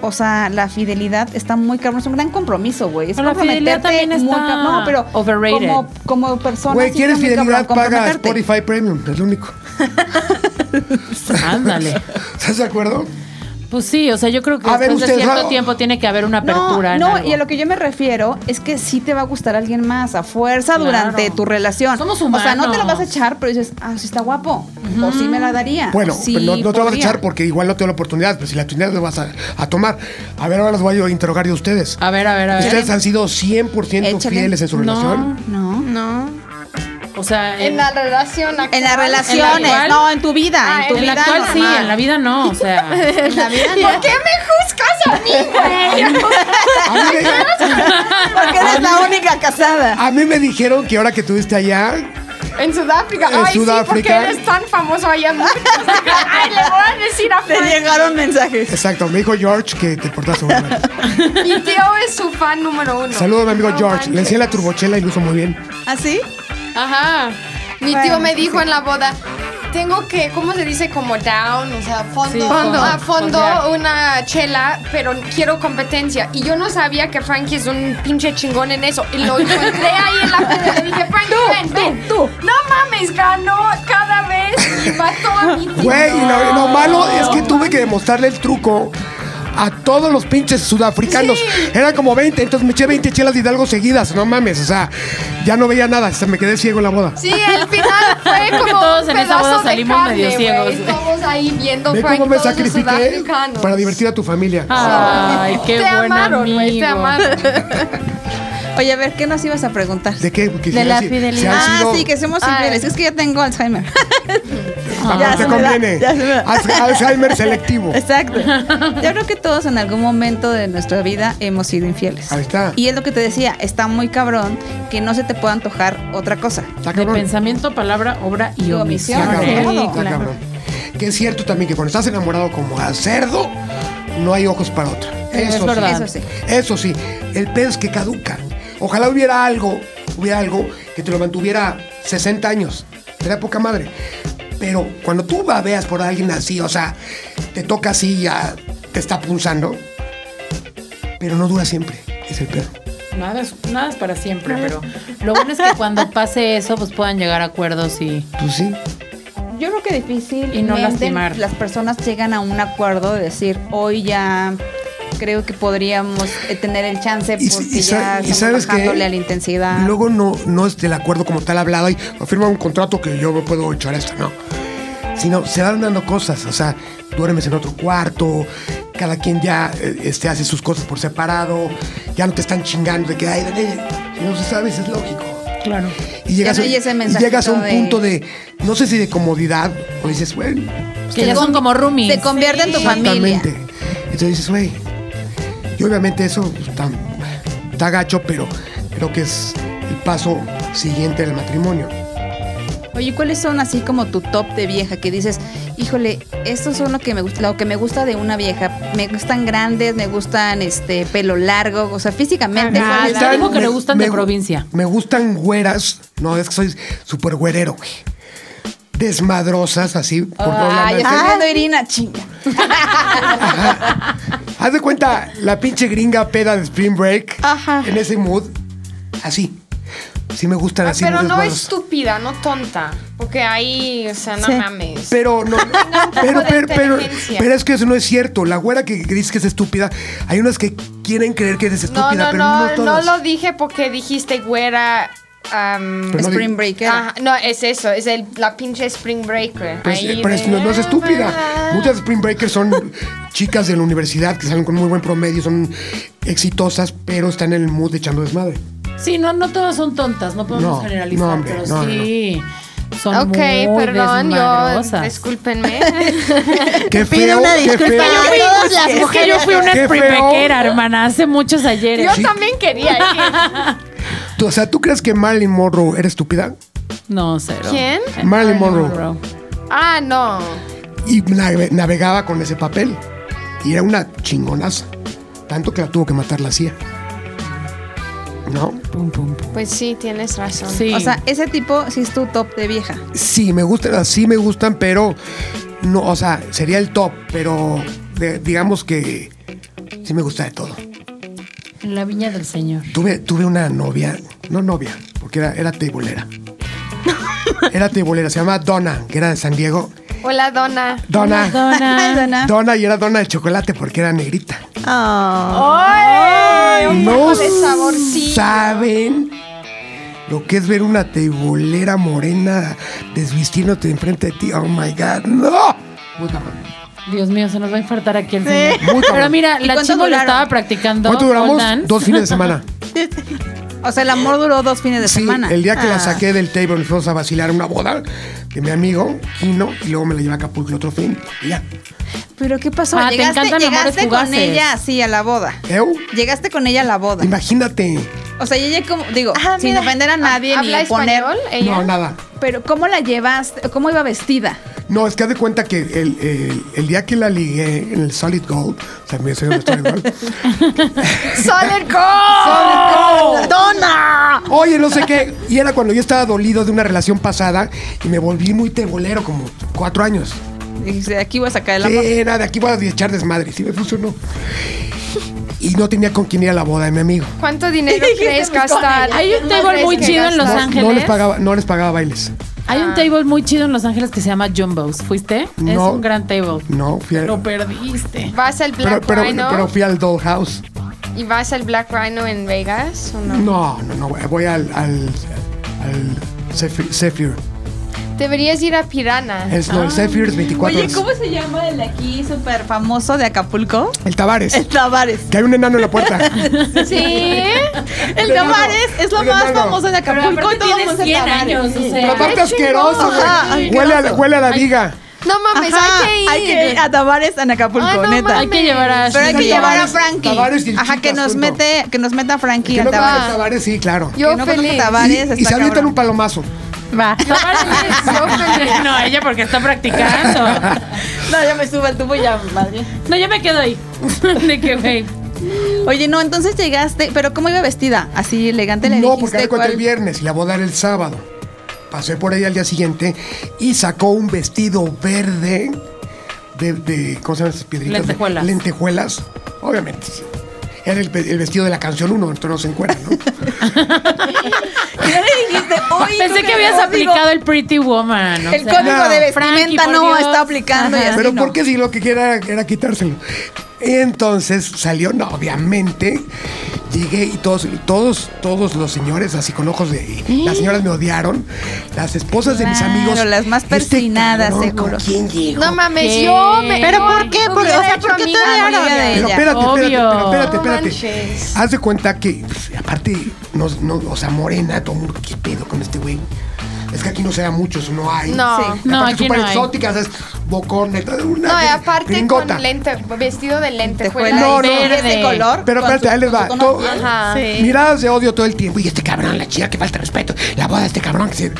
A: O sea, la fidelidad está muy cabrón. Es un gran compromiso, güey. Es
B: Pero la fidelidad
A: comprometerte
B: también
A: muy
B: está
A: cabrón. No, pero
B: overrated.
A: Como, como persona.
D: Güey,
A: sí
D: ¿quieres
A: está muy
D: fidelidad?
A: cabrón
D: Paga
A: comprometerte.
D: Spotify Premium. Es lo único.
B: Ándale.
D: ¿Estás de acuerdo?
B: Pues sí, o sea, yo creo que
D: A ver,
B: después de
D: ustedes,
B: cierto
D: ah,
B: tiempo tiene que haber una
A: No,
B: apertura. en
A: no,
B: algo.
A: y a lo que yo me refiero es que sí te va a gustar alguien más a fuerza
B: Claro.
A: durante tu relación.
B: Somos
A: O sea, no te lo
B: humanos.
A: vas a echar, pero dices, ah, sí está guapo. O sí me la daría.
D: Bueno,
A: o Ah, sí
D: pero no, no te lo vas a
A: podría.
D: echar porque igual no te da la oportunidad, pero si la oportunidad la vas a, a tomar. A ver, ahora los voy a interrogar yo a ustedes.
B: A ver, a ver, a ver.
D: ¿Ustedes han sido 100%
A: Échale.
D: fieles en su
B: No.
D: relación?
A: No.
E: No.
B: O sea,
C: En la relación actual.
A: En las relaciones,
B: actual?
A: no, en tu vida.
C: Ah,
A: en tu
B: en la
A: vida
B: actual sí,
A: normal.
B: en la vida no. O sea,
A: En la vida
C: ¿Por qué me juzgas a mí, güey?
D: A mí, me,
A: Porque eres la única casada.
D: a mí me dijeron que ahora que estuviste allá,
C: En Sudáfrica.
D: En
C: Ay, sí, porque
D: Sudáfrica.
C: eres tan famoso allá. en Sudáfrica. Ay, le voy a decir a
A: Te
C: Fran.
A: llegaron mensajes.
D: exacto, me dijo George que te portaste muy mal.
C: Mi tío es su fan número uno.
D: Saludos a mi amigo
C: No
D: George, le
C: manches.
D: enseñé la turbochela y lo hizo muy bien.
A: ¿Así?
C: Ajá. Mi
A: Bueno,
C: tío me dijo en la boda, tengo que, ¿cómo se dice? Como down, o sea, fondo,
B: Sí,
E: fondo.
C: Ah, fondo
B: Fondear.
C: una chela, pero quiero competencia. Y yo no sabía que Frankie es un pinche chingón en eso. Y lo encontré ahí en la boda y le dije, Frankie, ven, ven. No mames, ganó cada vez y mató a mi tío.
D: Güey, y lo, lo malo es que tuve que demostrarle el truco a todos los pinches sudafricanos. Eran como 20, entonces me eché 20 chelas de Hidalgo seguidas, no mames, o sea, ya no veía nada, se me quedé ciego en la boda.
C: Sí, el final fue
B: Creo
C: como
B: que todos
C: un
B: en esa
C: pedazo
B: boda
C: de
B: salimos
C: carne,
B: medio ciegos,
C: güey.
B: güey.
C: Todos ahí viendo
D: Ve
C: Frankie,
D: cómo me
C: todos los
D: sacrifiqué
C: sudafricanos.
D: para divertir a tu familia.
B: ay, qué
C: te
B: buen
C: amaron,
B: amigo.
C: güey, te amaron.
A: Oye, a ver, ¿qué nos ibas a preguntar?
D: ¿De qué? Porque
E: De
D: si
E: la
D: han si-
E: fidelidad.
D: si han
A: ah,
D: sido-
A: sí, que somos
C: Ay.
A: infieles. Es que ya tengo Alzheimer.
D: Ah,
A: Ya
D: te
A: se me da,
D: conviene.
A: ya se me da.
D: Alz- Alzheimer selectivo.
A: Exacto. Yo creo que todos en algún momento de nuestra vida hemos sido infieles.
D: Ahí está.
A: Y es lo que te decía, está muy cabrón que no se te pueda antojar otra cosa.
D: Está
B: de
D: cabrón.
B: pensamiento, palabra, obra y
A: Y
B: omisión.
A: omisión.
D: Está cabrón.
A: Sí,
D: Está
A: claro.
D: cabrón. Que es cierto también que cuando estás enamorado como a cerdo, no hay ojos para otra.
B: Es
D: Eso
B: verdad.
A: Eso sí.
D: Eso sí, el pedo es que caduca. Ojalá hubiera algo, hubiera algo que te lo mantuviera 60 años. Sería poca madre. Pero cuando tú babeas por alguien así, o sea, te toca así y ya te está punzando, pero no dura siempre. Es el pedo.
B: Nada es, nada es para siempre, pero lo bueno es que cuando pase eso, pues puedan llegar a acuerdos y.
D: Pues sí.
A: Yo creo que difícil
B: Y no lastimar.
A: las personas llegan a un acuerdo de decir, hoy ya creo que podríamos eh, tener el chance
D: Y,
A: porque
D: y sa-
A: ya
D: y
A: estamos
D: sabes que
A: bajándole a la intensidad.
D: luego no, no es del acuerdo como tal hablado y firma un contrato que yo me puedo echar esto, no. Sino se van dando cosas, o sea, duermes en otro cuarto, cada quien ya eh, este, hace sus cosas por separado, ya no te están chingando de que, ay, dale, si no se sabe, es lógico.
B: Claro.
D: Y llegas,
A: no
D: a-
A: hay ese
D: y
A: mensajito
D: llegas a un
A: de-
D: punto de, no sé si de comodidad, o dices, bueno, pues
B: Que ya son como roomies.
A: Se convierte en tu familia.
D: Exactamente. Entonces dices, güey. Y obviamente eso pues, está, está gacho, pero creo que es el paso siguiente del matrimonio.
A: Oye, ¿cuáles son así como tu top de vieja que dices, híjole, estos son lo que me gusta, lo que me gusta de una vieja? Me gustan grandes, me gustan este pelo largo, o sea, físicamente.
B: Ah,
A: ¿cuáles
B: la
A: son?
B: dijo que le gustan de provincia.
D: Me gustan güeras. No, es que soy súper güerero, güey. Desmadrosas, así. Por no hablar
A: Ay,
D: de-
A: Ah, ya estoy viendo a Irina, chinga.
D: Haz de cuenta la pinche gringa peda de Spring Break.
A: Ajá.
D: En ese mood. Así. Sí me gustan así.
C: Ah, pero
D: muy
C: no
D: desmadrosas.
C: estúpida, no tonta. Porque ahí, o sea, no
E: Sí.
C: mames.
D: Pero no,
C: poco
D: pero,
C: de
D: pero, pero,
C: inteligencia.
D: pero es que eso no es cierto. La güera que dice que es estúpida, hay unas que quieren creer que eres
C: no,
D: estúpida,
C: no,
D: pero
C: no,
D: no,
C: no,
D: todas.
C: lo dije porque dijiste güera. am,
D: Pero no Ah,
A: Spring
D: digo-
A: Breaker.
C: ajá, no, es eso, es el- la pinche Spring Breaker.
D: Pues,
C: ahí
D: eh, pero
C: de-
D: es- no, no es estúpida. Muchas Spring Breakers son chicas de la universidad que salen con muy buen promedio, son exitosas, pero están en el mood echando desmadre.
B: Sí, no, no todas son tontas, no
D: No,
B: podemos generalizar,
D: no, hombre,
B: pero
D: no,
B: sí. Son
C: Ok,
B: muy
C: perdón, yo.
B: desmadrosas.
C: Discúlpenme.
D: Qué
E: Pide
D: feo,
E: una
D: qué feo.
E: disculpa a todas las
B: Es que
E: mujeres.
B: yo fui una
D: Qué feo.
B: primbequera, hermana, hace muchos ayeres.
C: Yo también quería ir.
D: Tú- O sea, ¿tú crees que Marilyn Monroe era estúpida?
B: No, cero.
C: ¿Quién?
D: Marilyn Monroe.
C: Ah, no.
D: Y nave- navegaba con ese papel. Y era una chingonaza. Tanto que la tuvo que matar la CIA. ¿No?
B: Pum, pum, pum.
C: Pues sí, tienes razón.
B: Sí.
A: O sea, ese tipo sí es tu top de vieja.
D: Sí, me gustan, así me gustan, pero no, o sea, sería el top, pero de- digamos que sí me gusta de todo.
B: en la viña del señor.
D: Tuve, tuve una novia, no novia, porque era, era tebolera. Era tebolera, se llamaba Donna, que era de San Diego.
C: Hola, Donna.
D: Donna,
A: Ay,
B: Dona.
A: Dana.
D: Donna y era Donna de chocolate porque era negrita.
E: Oh.
C: ¡Ay! Un
D: No
C: poco de saborcillo.
D: saben lo que es ver una tebolera morena desvistiéndote enfrente de ti. Oh my God, no. Muy cabrón.
B: Dios mío, se nos va a infartar aquí el
D: Muy
B: señor.
D: cabrón.
B: Pero mira,
A: ¿Y
B: la
A: cuánto
B: chingo lo
A: duraron?
B: estaba practicando.
D: ¿Cuánto
B: pole
D: duramos?
B: dance.
D: Dos fines de semana.
A: O sea, el amor duró dos fines de
D: Sí,
A: semana.
D: el día que la
E: Ah.
D: saqué del table nos fuimos a vacilar a una boda de mi amigo Kino y luego me la llevé a Acapulco el otro fin. Y ya.
A: Pero ¿qué pasó?
B: Ah, te
A: llegaste
B: encantan amores
A: llegaste con
B: fugaces.
A: ella así a la boda.
D: Eu,
A: Llegaste con ella a la boda.
D: imagínate.
A: O sea, y ella como, digo,
E: Ah,
A: sin
E: mira.
A: ofender a nadie ni
C: ¿Habla
A: poner.
C: español? ¿Ella?
D: No, nada.
A: Pero ¿cómo la llevaste? ¿Cómo iba vestida?
D: No, es que haz de cuenta que el, el- el día que la ligué en el Solid Gold, o sea, me soy un Solid Gold.
C: ¡Solid Gold!
E: ¡Dona!
D: Oye, no sé qué. Y era cuando yo estaba dolido de una relación pasada y me volví muy tebolero, como cuatro años.
A: Dijiste, de aquí voy a sacar el amor.
D: Sí, nada, aquí voy a echar desmadre. Sí, me funcionó. Y no tenía con quién ir a la boda de mi amigo.
C: ¿Cuánto dinero crees gastar?
B: Hay un
C: ¿Cuánto
B: table
C: crees
B: muy
C: que
B: chido en Los
C: gastar?
B: Ángeles.
D: No les pagaba, no les pagaba bailes.
B: Hay un table muy chido en Los Ángeles que se llama Jumbo's. ¿Fuiste?
D: No.
B: Es un gran table.
D: No, fui al,
B: Lo perdiste.
C: ¿Vas al
D: pero,
C: Black
D: pero,
C: Rhino?
D: pero fui al Dollhouse.
C: ¿Y vas al Black Rhino en Vegas o no?
D: No, no, no, voy al, al, al Zephyr. Zephyr.
C: Deberías ir a Pirana.
D: Es, no, el Zephyr es 24
A: Oye,
D: horas.
A: ¿cómo se llama el de aquí súper famoso de Acapulco?
D: El Tavares.
A: El Tavares.
D: Que hay un enano en la puerta.
C: ¿Sí?
A: El
D: Enano.
A: Tavares es lo
D: Un
A: más
D: enano.
A: famoso de Acapulco y todo el mundo se Tavares.
B: o
D: Pero aparte
C: Qué chingón.
D: asqueroso,
A: Ajá,
D: güey. Huele a, la- huele a la viga.
C: No
B: pues,
C: mames,
A: Ajá,
C: hay que ir.
A: hay que ir a Tavares en Acapulco,
C: Ay, no
A: neta.
B: Hay que llevar a
A: Pero hay que
D: Tavares,
A: llevar a Frankie.
D: Tavares y el
A: Ajá, que
D: Chicas
A: nos
D: junto.
A: mete, que nos meta Frankie
D: Que
A: al
D: no conoce
A: Tavares.
D: Tavares, sí, claro.
C: Yo
A: que no conozco
C: feliz.
A: Tavares.
D: Y, y
A: está
D: se avientan
A: cabrón.
D: un palomazo.
E: Va.
C: Yo feliz.
B: No, ella porque está practicando.
A: No, ya me subo al tubo y ya, madre.
B: No, yo me quedo ahí. De que, güey.
A: Oye, no, entonces llegaste, pero ¿cómo iba vestida? Así elegante le
D: No,
A: dijiste
D: porque me cuenta el
A: cuál-
D: viernes y la boda era el sábado. Pasé por ella al día siguiente y sacó un vestido verde de, de- ¿cómo se llaman esas piedritas?
B: Lentejuelas.
D: Lentejuelas, obviamente. sí. Era el, el vestido de la canción 1, entonces no se encuentra, ¿no?
A: Y no le dijiste, oye,
B: Pensé
A: creo
B: que habías
A: no,
B: aplicado el Pretty Woman. o
A: digo, El
B: sea.
A: código de
B: Frankie,
A: vestimenta
B: por
A: no
B: Dios.
A: está aplicando y así
D: Pero
A: no.
D: ¿por qué si lo que quiera era, era quitárselo? Entonces salió, no, obviamente. Llegué y todos, todos, todos los señores, así con ojos de. Las señoras me odiaron. Las esposas de mis
A: Claro,
D: amigos. este
A: las más persinadas,
D: cabrón,
A: seguro.
D: ¿con quién llegó?
C: No mames,
B: ¿Qué?
C: yo me.
E: ¿Pero
C: yo
E: por qué? Porque, o
C: hubiera
E: sea,
C: hecho
E: ¿por qué te
C: amiga
A: odiaron?
C: de ella.
D: Pero
A: ella.
D: espérate, espérate,
B: Obvio.
D: pero espérate,
C: No
D: espérate.
C: manches.
D: Haz de cuenta que, pues, aparte, no, no, o sea, morena, todo el mundo, ¿qué pedo con este güey? Es que aquí no se da mucho, eso no hay.
C: No. Sí.
D: Aparte,
B: No, aquí
D: súper
B: no hay.
D: exóticas, es bocón, neta, una
C: No, y aparte
D: gringota.
C: con lente, vestido de lente.
A: Lentejuela
D: No,
A: y
D: no.
A: verde. ese color.
D: Pero
A: con
D: espérate,
A: su-
D: ahí les
A: con
D: va.
A: su
D: Todo-
A: tono-
C: Ajá.
E: Sí.
D: Miradas de odio todo el tiempo. Y este cabrón, la chica, que falta de respeto. La boda de este cabrón que se.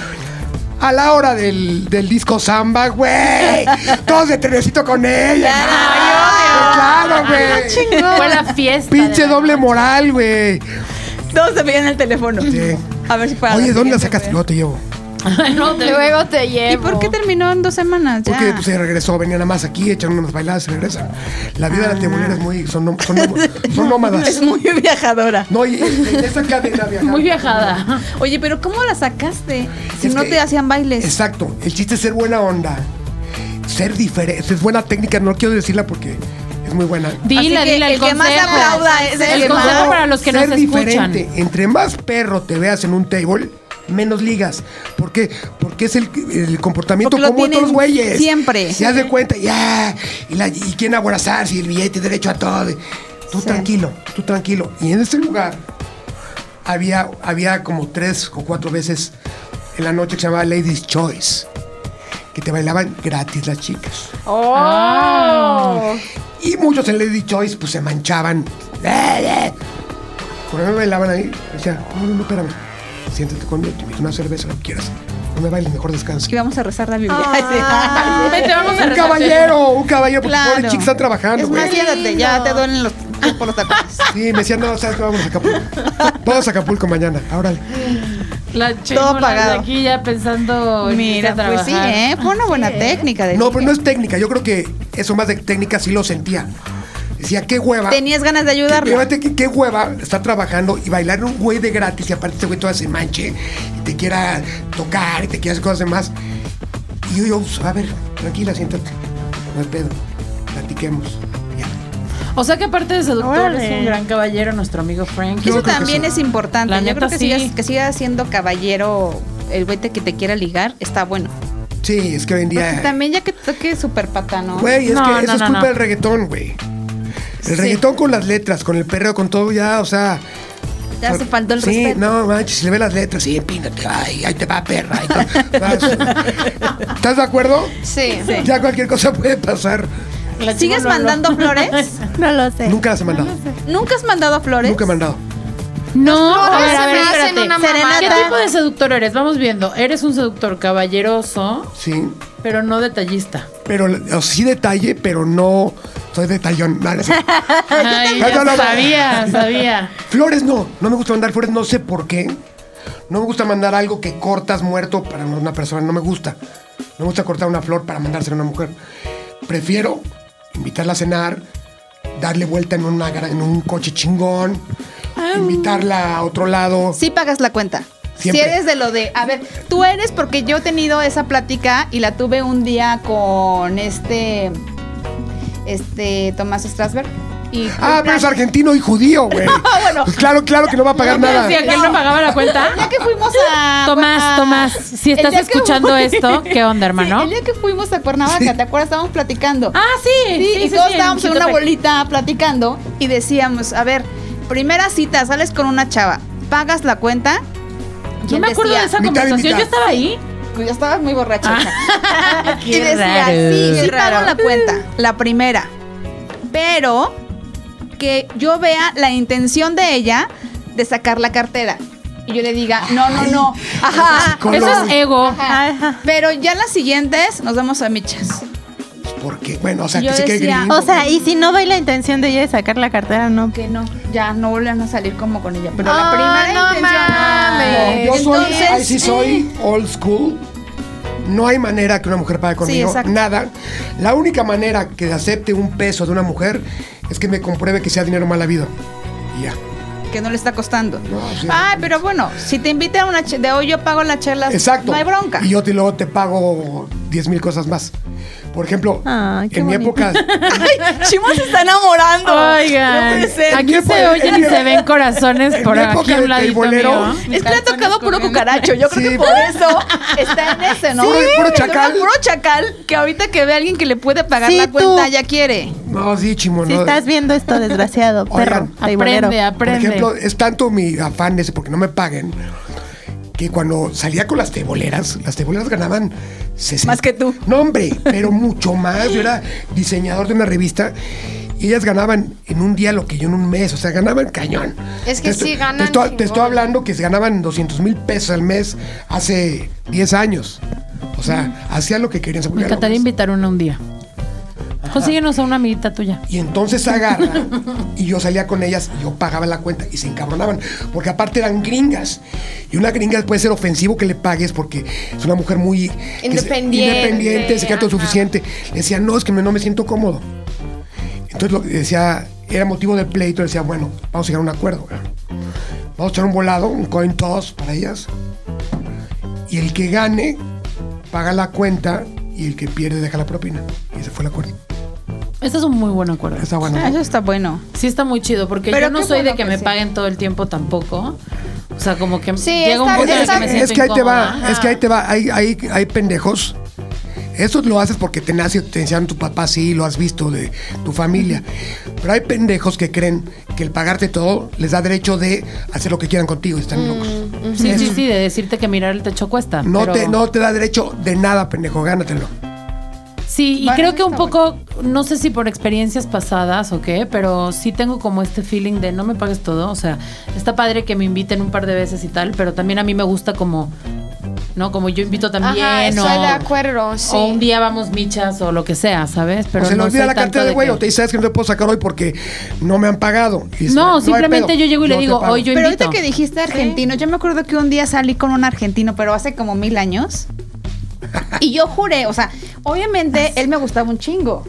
D: a la hora del, del disco samba, güey. Todos de trenecito con ella. Pues Claro, güey.
B: Fue la fiesta.
D: Pinche
B: de la-
D: doble moral, güey.
A: Todos se veían el teléfono.
D: Sí.
A: A ver si para.
D: Oye, ¿dónde la
A: siguiente,
D: sacaste?
A: güey.
D: No, te llevo.
B: No, te-
C: Luego te llevo.
A: ¿Y por qué terminó en dos semanas? Ya.
D: Porque pues, se regresó, venía nada más aquí, echaron unas bailadas, se regresa. La vida de la tebolera es muy. Son, nom- son, nom- son
A: Es
D: nómadas.
A: muy viajadora.
D: No, y y- y esa cadena de
B: muy viajada.
A: Oye, pero ¿cómo la sacaste? Si
D: Es
A: no
D: que-
A: te hacían bailes.
D: Exacto. El chiste es ser buena onda. Ser diferente. Es buena técnica, no quiero decirla porque es muy buena.
B: Dila,
A: que
B: dila el,
A: el que más
B: consejo.
A: aplauda es el
B: el
A: que más-
B: consejo para los que
D: ser
B: nos escuchan.
D: diferente. Entre más perro te veas en un table, menos ligas. ¿Por qué? Porque es el, el comportamiento
A: Porque lo
D: común de todos los
A: tienen
D: güeyes.
A: siempre.
D: Se hace cuenta, ya. Y, la, y quieren abrazarse y el billete derecho a todo. Tú
A: Sí.
D: tranquilo, tú tranquilo. Y en ese lugar había, había como tres o cuatro veces en la noche que se llamaba Ladies Choice. Que te bailaban gratis las chicas.
B: Ah.
C: Oh.
D: Y muchos en Lady Choice pues se manchaban. Por me bailaban ahí, decía, no, no, no, espérame. Siéntate conmigo, te invito una cerveza, lo que quieras. No me bailes, mejor descansa.
A: Y vamos a rezar la Biblia.
B: Vente, vamos a
D: Un
B: rezar.
D: caballero, un caballero, porque
A: Claro.
D: Pues, pobre chica está trabajando,
A: es
D: güey.
A: más, quédate, ya te duelen los por los tacones.
D: Sí, me decían, no, sabes que vamos a Acapulco. Vamos a Acapulco mañana, órale.
B: La Todo
A: pagado.
B: aquí ya pensando en
A: Mira,
B: irse a
A: pues sí,
B: trabajar.
A: ¿eh? Fue una buena técnica. De
D: No, pero no es técnica, yo creo que eso más de técnica sí lo sentía. Decía, qué hueva.
A: Tenías ganas de ayudarlo.
D: Fíjate que qué hueva está trabajando y bailar un güey de gratis y aparte este güey todo se manche y te quiera tocar y te quiera hacer cosas demás. Y yo, yo, pues, a ver, tranquila, siéntate. No hay pedo. Platiquemos. Ya.
B: O sea que aparte de seductor es
E: Órale.
B: un gran caballero nuestro amigo Frank.
D: Yo
A: Eso
D: creo que
A: también
D: sí.
A: es importante.
B: La
A: Yo
B: neta,
A: creo que,
B: sí.
A: sigas, que sigas siendo caballero, el güey te- que te quiera ligar, está bueno.
D: Sí, es que hoy en
A: Porque
D: día.
A: Pues también ya que te toque súper pata, ¿no?
D: Güey, es
B: No,
D: que
B: no,
D: eso es
B: no,
D: culpa
B: no.
D: del reggaetón, güey. El reggaetón con las letras, con el perreo, con todo, ya, o sea.
A: ya se faltó el
D: sí,
A: respeto.
D: no, manches, se le ve las letras, sí, empínate, ay, ahí te va, perra. ahí te va. ¿Estás de acuerdo?
C: Sí.
D: Ya cualquier cosa puede pasar.
A: ¿Sigues mandando flores?
E: No lo sé.
D: Nunca las he mandado.
A: ¿Nunca has mandado flores?
D: Nunca he mandado.
B: No, a ver,
C: se
B: a ver,
C: me hacen
B: espérate.
C: una
A: Serenata.
B: ¿Qué
C: mamada.
B: tipo de seductor eres? Vamos viendo. Eres un seductor caballeroso,
D: Sí.
B: pero no detallista.
D: Pero o sí detalle, pero no soy detallón. No, no sé.
B: Ay,
D: No,
B: ya
D: no, no, no.
B: sabía, sabía.
D: flores no, no me gusta mandar flores, no sé por qué. No me gusta mandar algo que cortas muerto para una persona, no me gusta. No me gusta cortar una flor para mandársela a una mujer. Prefiero invitarla a cenar, darle vuelta en, una, gra- en un coche chingón, invitarla a otro lado.
A: Sí pagas la cuenta.
D: Siempre.
A: Si eres de lo de, a ver, tú eres porque yo he tenido esa plática y la tuve un día con este, este Tomás Strasberg. Y
D: Ah, pero es argentino y judío, güey.
A: bueno.
D: Pues claro, claro que no va a pagar
B: ¿No te
D: nada.
B: decía que él no pagaba la cuenta?
A: El día que fuimos a... a-
B: Tomás, Tomás, si
A: el
B: estás
A: día que
B: escuchando
A: fui-
B: esto, ¿qué onda,
A: Sí,
B: hermano?
A: el día que fuimos a Cuernavaca,
D: Sí.
A: ¿te acuerdas? Estábamos platicando.
B: Ah, sí,
A: Sí,
B: sí,
A: y
B: sí,
A: todos
B: sí,
A: estábamos en
B: en
A: una
B: Chitepec.
A: bolita platicando y decíamos, a ver, primera cita, sales con una chava, pagas la cuenta. Y
B: Yo
A: él
B: me acuerdo de
A: decía-
B: esa
D: Mitad y
B: conversación,
D: mitad.
B: yo estaba ahí.
A: Yo estaba muy borracha. y
B: qué
A: decía,
B: raro.
A: sí, Ah, sí
B: Qué
A: pago la cuenta, la primera. Pero que yo vea la intención de ella de sacar la cartera. Y yo le diga, no, no, no. Ajá.
D: Con
B: Eso
D: lo-
B: es ego.
E: Ajá.
A: Pero ya las siguientes nos vamos a michas.
D: Porque, bueno, o sea,
A: Yo
D: que sí que
A: decía,
D: gringo,
E: O sea, y si no ve la intención de ella de sacar la cartera, no.
A: Que no, ya no volvían a salir como con ella. Pero la
C: Ah,
A: primera
C: no
A: intención.
C: mames.
D: Ah, Yo soy,
A: Entonces,
D: ahí sí soy old school. No hay manera que una mujer pague conmigo,
A: exacto.
D: nada. La única manera que acepte un peso de una mujer es que me compruebe que sea dinero mal habido. Y ya.
A: que no le está costando.
D: No, sí.
A: Ay, pero bueno, si te invita a una che- de hoy yo pago la chela.
D: Exacto.
A: No hay bronca.
D: Y yo te, luego te pago 10 mil cosas más. Por ejemplo,
E: Ay, qué
D: en mi
E: bonito.
D: época...
A: Ay, Chimo se está enamorando.
B: Oigan, aquí
D: tiempo
B: se
D: de- en
B: oyen y
D: mi-
B: se ven corazones
D: en
B: por
D: mi época
B: aquí a
D: de
B: un ladito
D: teibolero,
B: mío.
A: Es que le ha tocado puro cucaracho. Yo creo
D: Sí.
A: que por eso está en ese, ¿no?
D: Sí, puro
A: Le toca
D: chacal.
A: Puro chacal que ahorita que ve a alguien que le puede pagar
E: Sí,
A: la
E: tú.
A: cuenta ya quiere.
D: No, sí, chimo,
E: Si
D: no.
E: estás viendo esto, desgraciado, perro,
D: Oigan.
E: teibolero.
B: Aprende,
D: Por
B: aprende.
D: ejemplo, es tanto mi afán ese porque no me paguen que cuando salía con las teboleras, las teboleras ganaban 60.
A: Más que tú.
D: No, hombre, pero mucho más. Yo era diseñador de una revista Y ellas ganaban en un día lo que yo en un mes, o sea, ganaban cañón.
C: Es que
D: Te estoy-
C: sí ganan
D: Te estoy, te
C: chingón.
D: estoy hablando que se ganaban 200 mil pesos al mes hace 10 años. O sea, hacían lo que querían. se
B: Me
D: volvían
B: encantaría
D: locas.
B: invitar una un día. Consíguenos a una amiguita tuya.
D: Y entonces agarra y yo salía con ellas y yo pagaba la cuenta y se encabronaban. Porque aparte eran gringas. Y una gringa puede ser ofensivo que le pagues porque es una mujer muy que es
C: Independiente,
D: independiente se queda todo
C: ajá.
D: suficiente. Le decía, no, es que me- no me siento cómodo. Entonces lo que decía, era motivo de pleito. Decía, bueno, vamos a llegar a un acuerdo. güey. Vamos a echar un volado, un coin toss para ellas. Y el que gane paga la cuenta y el que pierde deja la propina. Y ese fue el acuerdo.
B: Este es un muy buen acuerdo.
D: Está bueno.
A: Ah, eso está bueno.
B: Sí está muy chido, porque
A: Pero
B: yo no
A: qué
B: soy de
A: bueno
B: que
A: que
B: me
A: sí.
B: paguen todo el tiempo tampoco. O sea, como que
C: Sí,
B: llega un
C: está-
B: punto en el
C: está-
B: que me siento
D: es que ahí te va,
B: incómoda.
D: es que ahí te va, hay, hay, hay pendejos. Eso lo haces porque te nace, te enseñaron tu papá, sí, lo has visto de tu familia. Pero hay pendejos que creen que el pagarte todo les da derecho de hacer lo que quieran contigo y están
B: Mm,
D: locos.
B: Sí, sí, sí, de decirte que mirar el techo cuesta.
D: No,
B: ah, pero-
D: te, no te da derecho de nada, pendejo, gánatelo.
B: Sí, y
A: Bueno,
B: creo
A: eso
B: que un
A: está
B: poco, no sé si por experiencias pasadas o qué, pero sí tengo como este feeling de no me pagues todo. O sea, está padre que me inviten un par de veces y tal, pero también a mí me gusta como, ¿no? Como yo invito también.
C: Ajá, estoy
B: o,
C: de acuerdo, sí.
B: o un día vamos michas o lo que sea, ¿sabes? Pero
D: o se le
B: no
D: olvida
B: soy
D: la
B: tanto
D: cartera de
B: de
D: güey,
B: que-
D: o te dice, sabes que no te puedo sacar hoy porque no me han pagado. Y dices,
B: No,
D: hay
B: simplemente
D: pedo,
B: yo llego y le
D: te
B: digo,
D: pago".
B: hoy yo
A: Pero
B: invito.
A: ahorita que dijiste argentino, yo me acuerdo que un día salí con un argentino, pero hace como mil años. Y yo juré, o sea, obviamente él me gustaba un chingo.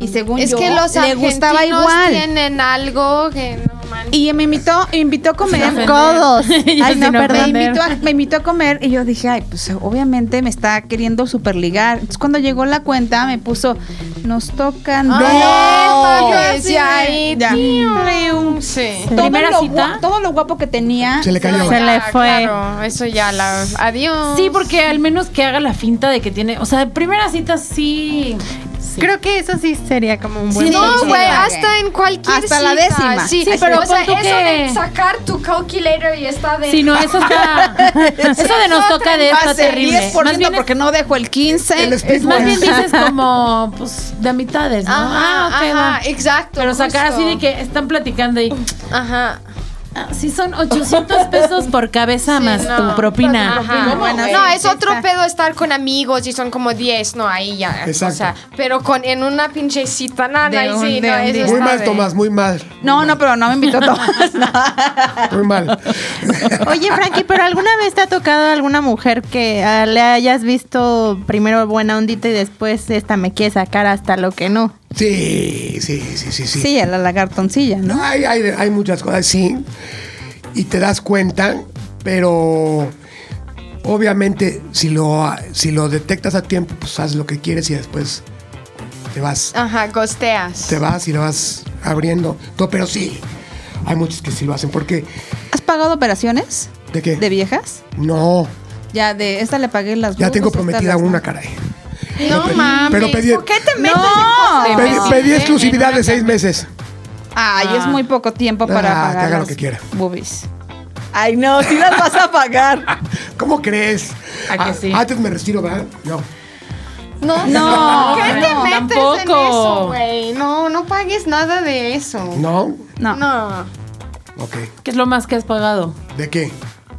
A: Y según
C: Es
A: yo,
C: que los
A: le
C: argentinos
A: gustaba igual.
C: tienen algo que no manches.
A: Y me invitó, me invitó a comer.
B: ofender.
E: Codos.
B: Yo
E: Ay,
B: sin
E: no,
A: Me
E: perdón.
B: ofender.
A: invitó, a, me invitó a comer y yo dije, ay, pues obviamente me está queriendo superligar. Entonces cuando llegó la cuenta me puso, nos tocan.
E: ¡No!
C: Ay, yo así de-
A: Ya, ahí,
C: Ya.
A: ¡Trium!
C: Sí.
A: Todo
B: ¿Primera
A: lo
B: cita?
A: guapo- todo lo guapo que tenía.
D: Se le cayó.
E: Se le fue.
C: Claro, eso ya la. Adiós.
B: Sí, porque al menos que haga la finta de que tiene. O sea, de primera cita sí. sí.
E: Creo que eso sí ah, sería como un buen.
A: Sí,
C: No,
A: Sí,
C: güey,
A: sí.
C: hasta en cualquier
A: Hasta
C: cita,
A: la décima.
C: Sí,
B: Sí,
C: pero
B: pero
C: o sea,
B: pon tú
C: eso
B: que-
C: de sacar tu calculator y está de...
B: Sí, no, eso está. Eso de nos toca de está
A: Hace
B: terrible.
A: 10%
B: Más bien,
A: porque no dejo el 15.
D: El
B: es-
D: speed
B: más bien
D: works.
B: dices como, pues, de a mitades, ¿no?
C: Ajá,
B: ah, ok,
C: ajá,
B: va.
C: exacto.
B: Pero sacar
C: justo.
B: así de que están platicando y.
C: Ajá.
B: ah, sí, son 800 pesos por cabeza
C: Sí,
B: más
C: no.
B: tu propina.
C: Ajá.
A: ¿Cómo, güey?
C: No, es
A: Ya
C: otro
A: está.
C: pedo estar con amigos y son como 10, no, ahí ya.
D: Exacto.
C: O sea, pero con, en una pinche cita,
A: De
C: nada, y
A: un-
C: sí,
A: de
C: no,
A: un
C: eso
A: día.
D: Muy
C: está
D: mal,
C: de-
D: Tomás, muy mal.
A: No, no, pero no me invitó Tomás. no.
D: Muy mal.
E: Oye, Frankie, ¿pero alguna vez te ha tocado alguna mujer que ah, le hayas visto primero buena ondita y después esta me quiere sacar hasta lo que no?
D: Sí, sí, sí, sí, sí.
A: Sí, a la lagartoncilla, ¿no?
D: No, hay, hay, hay muchas cosas, sí. Y te das cuenta, pero obviamente si lo, si lo detectas a tiempo, pues haz lo que quieres y después te vas,
C: Ajá, gosteas.
D: te vas y lo vas abriendo. todo pero sí, hay muchos que sí lo hacen. ¿Por qué?
A: ¿Has pagado operaciones
D: ¿De qué?
A: de viejas?
D: no,
A: Ya, de esta le pagué las
D: ya
A: lujos,
D: tengo
A: esta
D: prometida
A: las-
D: una, caray.
C: No
D: pe-
C: mames.
D: Pero pedí,
C: ¿Por
A: ¿Qué te metes?
B: en
A: No.
B: cosas?
D: pedí-
B: No.
D: pedí exclusividad de seis meses.
A: Ay, es muy poco tiempo para
D: Ah, que
A: pagar.
D: haga lo
A: las
D: que quiera.
A: Boobies. Ay, no, si las vas a pagar.
D: ¿Cómo crees?
B: ¿A que
D: Ah,
B: sí?
D: Antes me retiro, ¿verdad? No.
C: No,
B: No,
C: ¿Qué te
B: no,
C: metes en
B: tampoco.
C: eso, güey? No, no pagues nada de eso.
D: No.
A: No.
C: No.
D: Ok.
B: ¿Qué es lo más que has pagado?
D: ¿De qué?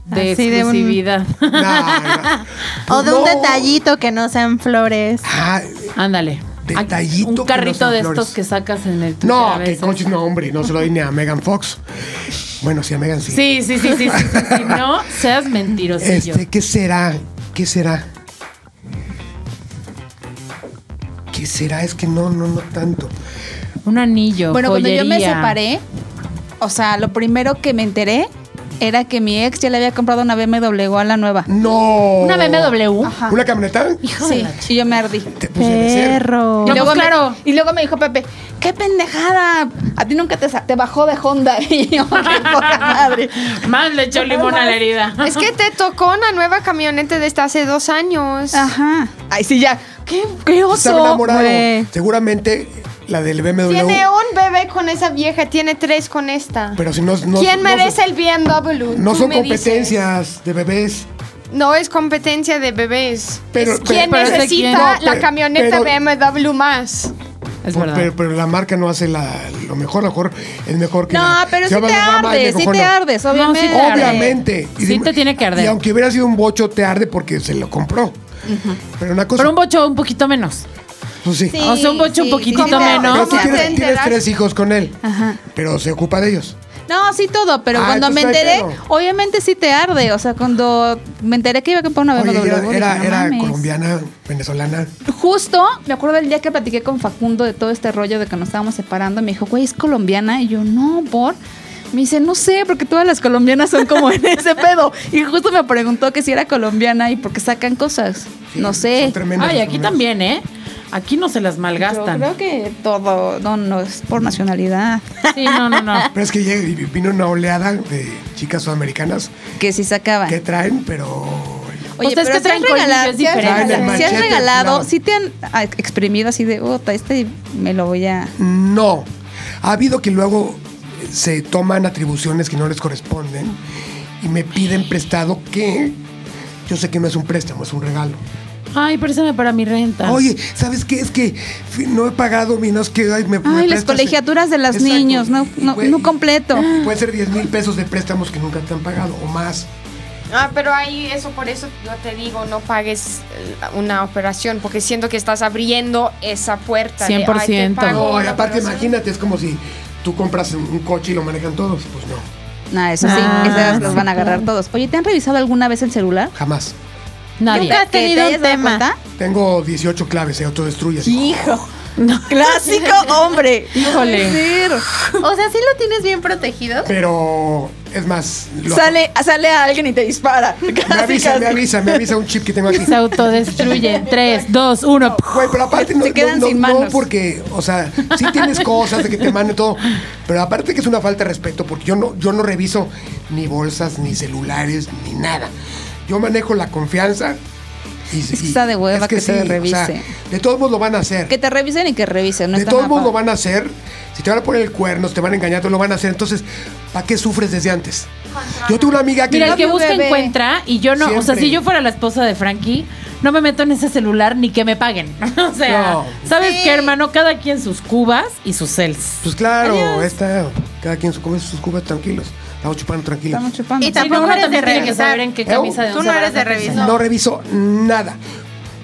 B: De
E: Así de un-
B: exclusividad.
D: Nah,
E: O de un
D: No.
E: detallito que no sean flores.
D: Ah,
B: Ándale.
D: Detallito
B: Un
D: que no
B: carrito
D: son
B: de
D: flores.
B: estos que sacas en el Twitter
D: no,
B: a
D: que
B: veces.
D: coches no, hombre, no se lo doy ni a Megan Fox. Bueno, sí, a Megan sí.
B: Sí, sí, sí, sí, sí, sí, sí, No seas mentirosillo.
D: Este, ¿qué será? ¿Qué será? ¿Qué será? Es que no, no, no tanto.
B: Un anillo.
A: Bueno, cuando yo me
B: joyería.
A: separé, o sea, lo primero que me enteré era que mi ex ya le había comprado una BMW a la nueva.
D: No.
B: Una BMW.
A: Ajá.
D: ¿Una camioneta?
A: Sí, y yo me ardí.
D: Te
E: Pues
D: puse de ser.
E: Perro.
A: Y
B: No,
A: luego,
B: pues,
A: me-
B: claro.
A: y luego me dijo Pepe, qué pendejada. A ti nunca te, sa- te bajó de Honda. Y yo, qué poca madre.
B: Más le echó limón a la herida.
C: Es que te tocó una nueva camioneta desde hace dos años.
A: Ajá. Ay, sí, ya. Qué, qué
D: Estaba
A: oso.
D: enamorado.
E: güey.
D: Seguramente la del BMW.
C: Tiene un bebé con esa vieja, tiene tres con esta.
D: Pero si no, no
C: ¿Quién
D: no
C: merece
D: son-
C: el BMW?
D: No
C: Tú
D: son
C: me dices.
D: competencias de bebés.
C: No es competencia de bebés.
D: Pero-
C: es
D: pero-
C: quién
B: pero-
C: necesita
B: pero-
C: la
D: pero-
C: camioneta
D: pero-
C: BMW más.
B: Es
D: Por-
B: verdad.
D: Pero, pero la marca no hace la, lo mejor, lo mejor es mejor que
A: No,
D: la-
A: pero sí
D: se llama
A: te
D: la dama y
A: ardes,
D: el
A: sí
D: cojuelo.
A: te ardes,
B: No, sí te
A: obviamente.
B: arde.
D: Obviamente.
B: Sí
D: dime-
B: te tiene que arder.
D: Y aunque hubiera sido un bocho, te arde porque se lo compró. Pero una cosa.
B: Pero un bocho un poquito menos.
D: pues sí.
B: O sea, un bocho un poquitito
A: pero-
B: menos.
A: pero
D: Pero tú
A: sí te
D: tienes, tienes
A: enteras.
D: tres hijos con él. Pero se ocupa de ellos.
A: No, sí todo, pero
D: Ah,
A: cuando me
D: entonces no hay
A: enteré,
D: pedo.
A: obviamente sí te arde. O sea, cuando me enteré que iba a comprar una
D: Oye,
A: BMW,
D: era
A: dije,
D: era-
A: "No
D: era
A: mames".
D: colombiana, venezolana.
A: Justo, me acuerdo del día que platiqué con Facundo de todo este rollo de que nos estábamos separando. Me dijo, güey, es colombiana. Y yo, no, por. Me dice, no sé, porque todas las colombianas son como en ese pedo. Y justo me preguntó que si era colombiana y por qué sacan cosas.
D: Sí,
A: no
D: son
A: sé.
D: tremendas
B: Ay,
D: las
B: aquí
D: colombianas.
B: también, ¿eh? Aquí no se las
A: Yo
B: malgastan.
A: creo que todo, no, no es por nacionalidad.
B: Sí, no, no, no.
D: Pero es que llega y vino una oleada de chicas sudamericanas
A: Que si sacaban.
D: que traen, pero.
A: Oye,
B: Pues es
A: pero
B: que
A: te han
B: traen colmillo,
A: regalado,
B: es
A: si has
B: diferente.
A: regalado,
D: Traen el
A: si has
D: machete
A: regalado,
D: afilado.
A: si te han ah, exprimido así de, puta, este me lo voy a...
D: No. Ha habido que luego se toman atribuciones que no les corresponden y me piden prestado que yo sé que no es un préstamo, es un regalo.
B: Ay, préstame para mi renta.
D: Oye, ¿sabes qué? Es que fi- no he pagado mi no es que ay, me, me
A: Ay, las
D: prestas-
A: colegiaturas de los
D: Exacto.
A: niños, no, no,
D: Güey,
A: no completo.
D: Puede ser 10 mil pesos de préstamos que nunca te han pagado o más.
C: Ah, pero ahí eso por eso yo te digo, no pagues eh, una operación, porque siento que estás abriendo esa puerta. de, ay, te
B: 100%.
C: pago
D: No, y
C: una
D: aparte
C: operación.
D: imagínate, es como si tú compras un- un coche y lo manejan todos. Pues no,
A: No, eso sí,
B: Ah,
A: esas las
B: sí,
A: van a agarrar todos. Oye, ¿te han revisado alguna vez el celular?
D: jamás.
B: Nadie.
E: Nunca has
A: ¿Que te
E: tenido
A: hayas
E: un
A: dado
E: tema.
A: cuenta?
D: Tengo 18 claves, ¿eh? se autodestruye. así.
A: Hijo. Clásico hombre.
B: Híjole.
A: No puede ser.
E: O sea, sí lo tienes bien protegido.
D: Pero es más, lo-
A: Sale, sale a alguien y te dispara.
D: me
A: Casi,
D: avisa, me
A: casi.
D: avisa, me avisa un chip que tengo aquí.
B: Se autodestruye. Tres, dos, uno.
D: Güey, pero aparte no,
A: Se quedan
D: no, no,
A: sin
D: no,
A: manos.
D: porque, o sea, sí tienes cosas de que te manden todo, pero aparte que es una falta de respeto porque yo no, yo no reviso ni bolsas, ni celulares, ni nada. Yo manejo la confianza. Y,
A: que está de hueva que te
D: o sea,
A: revise.
D: de todos modos lo van a hacer.
A: Que te revisen y que revisen. No
D: de
A: está
D: todos
A: nada
D: modos lo
A: padre.
D: van a hacer. Si te van a poner el cuerno, si te van a engañar, te lo van a hacer. Entonces, ¿para qué sufres desde antes? Yo tuve una amiga que...
B: Mira, el que busca
A: bebé.
B: encuentra y yo no, o sea,
D: Siempre.
B: si yo fuera la esposa de Frankie, no me meto en ese celular ni que me paguen. O sea,
D: No.
B: ¿sabes qué, hermano? Cada quien sus cubas y sus cels.
D: Pues claro, está, cada quien su- come sus cubas tranquilos. Estamos chupando tranquilos.
A: Estamos chupando.
E: Y tampoco
B: uno
E: eres de
B: también tiene que
E: revisar.
B: saber en qué
D: ¿Eh?
B: camisa de
E: Tú
B: once
E: no
B: varas
E: eres de
B: te
E: revisar.
B: pones.
D: No reviso nada.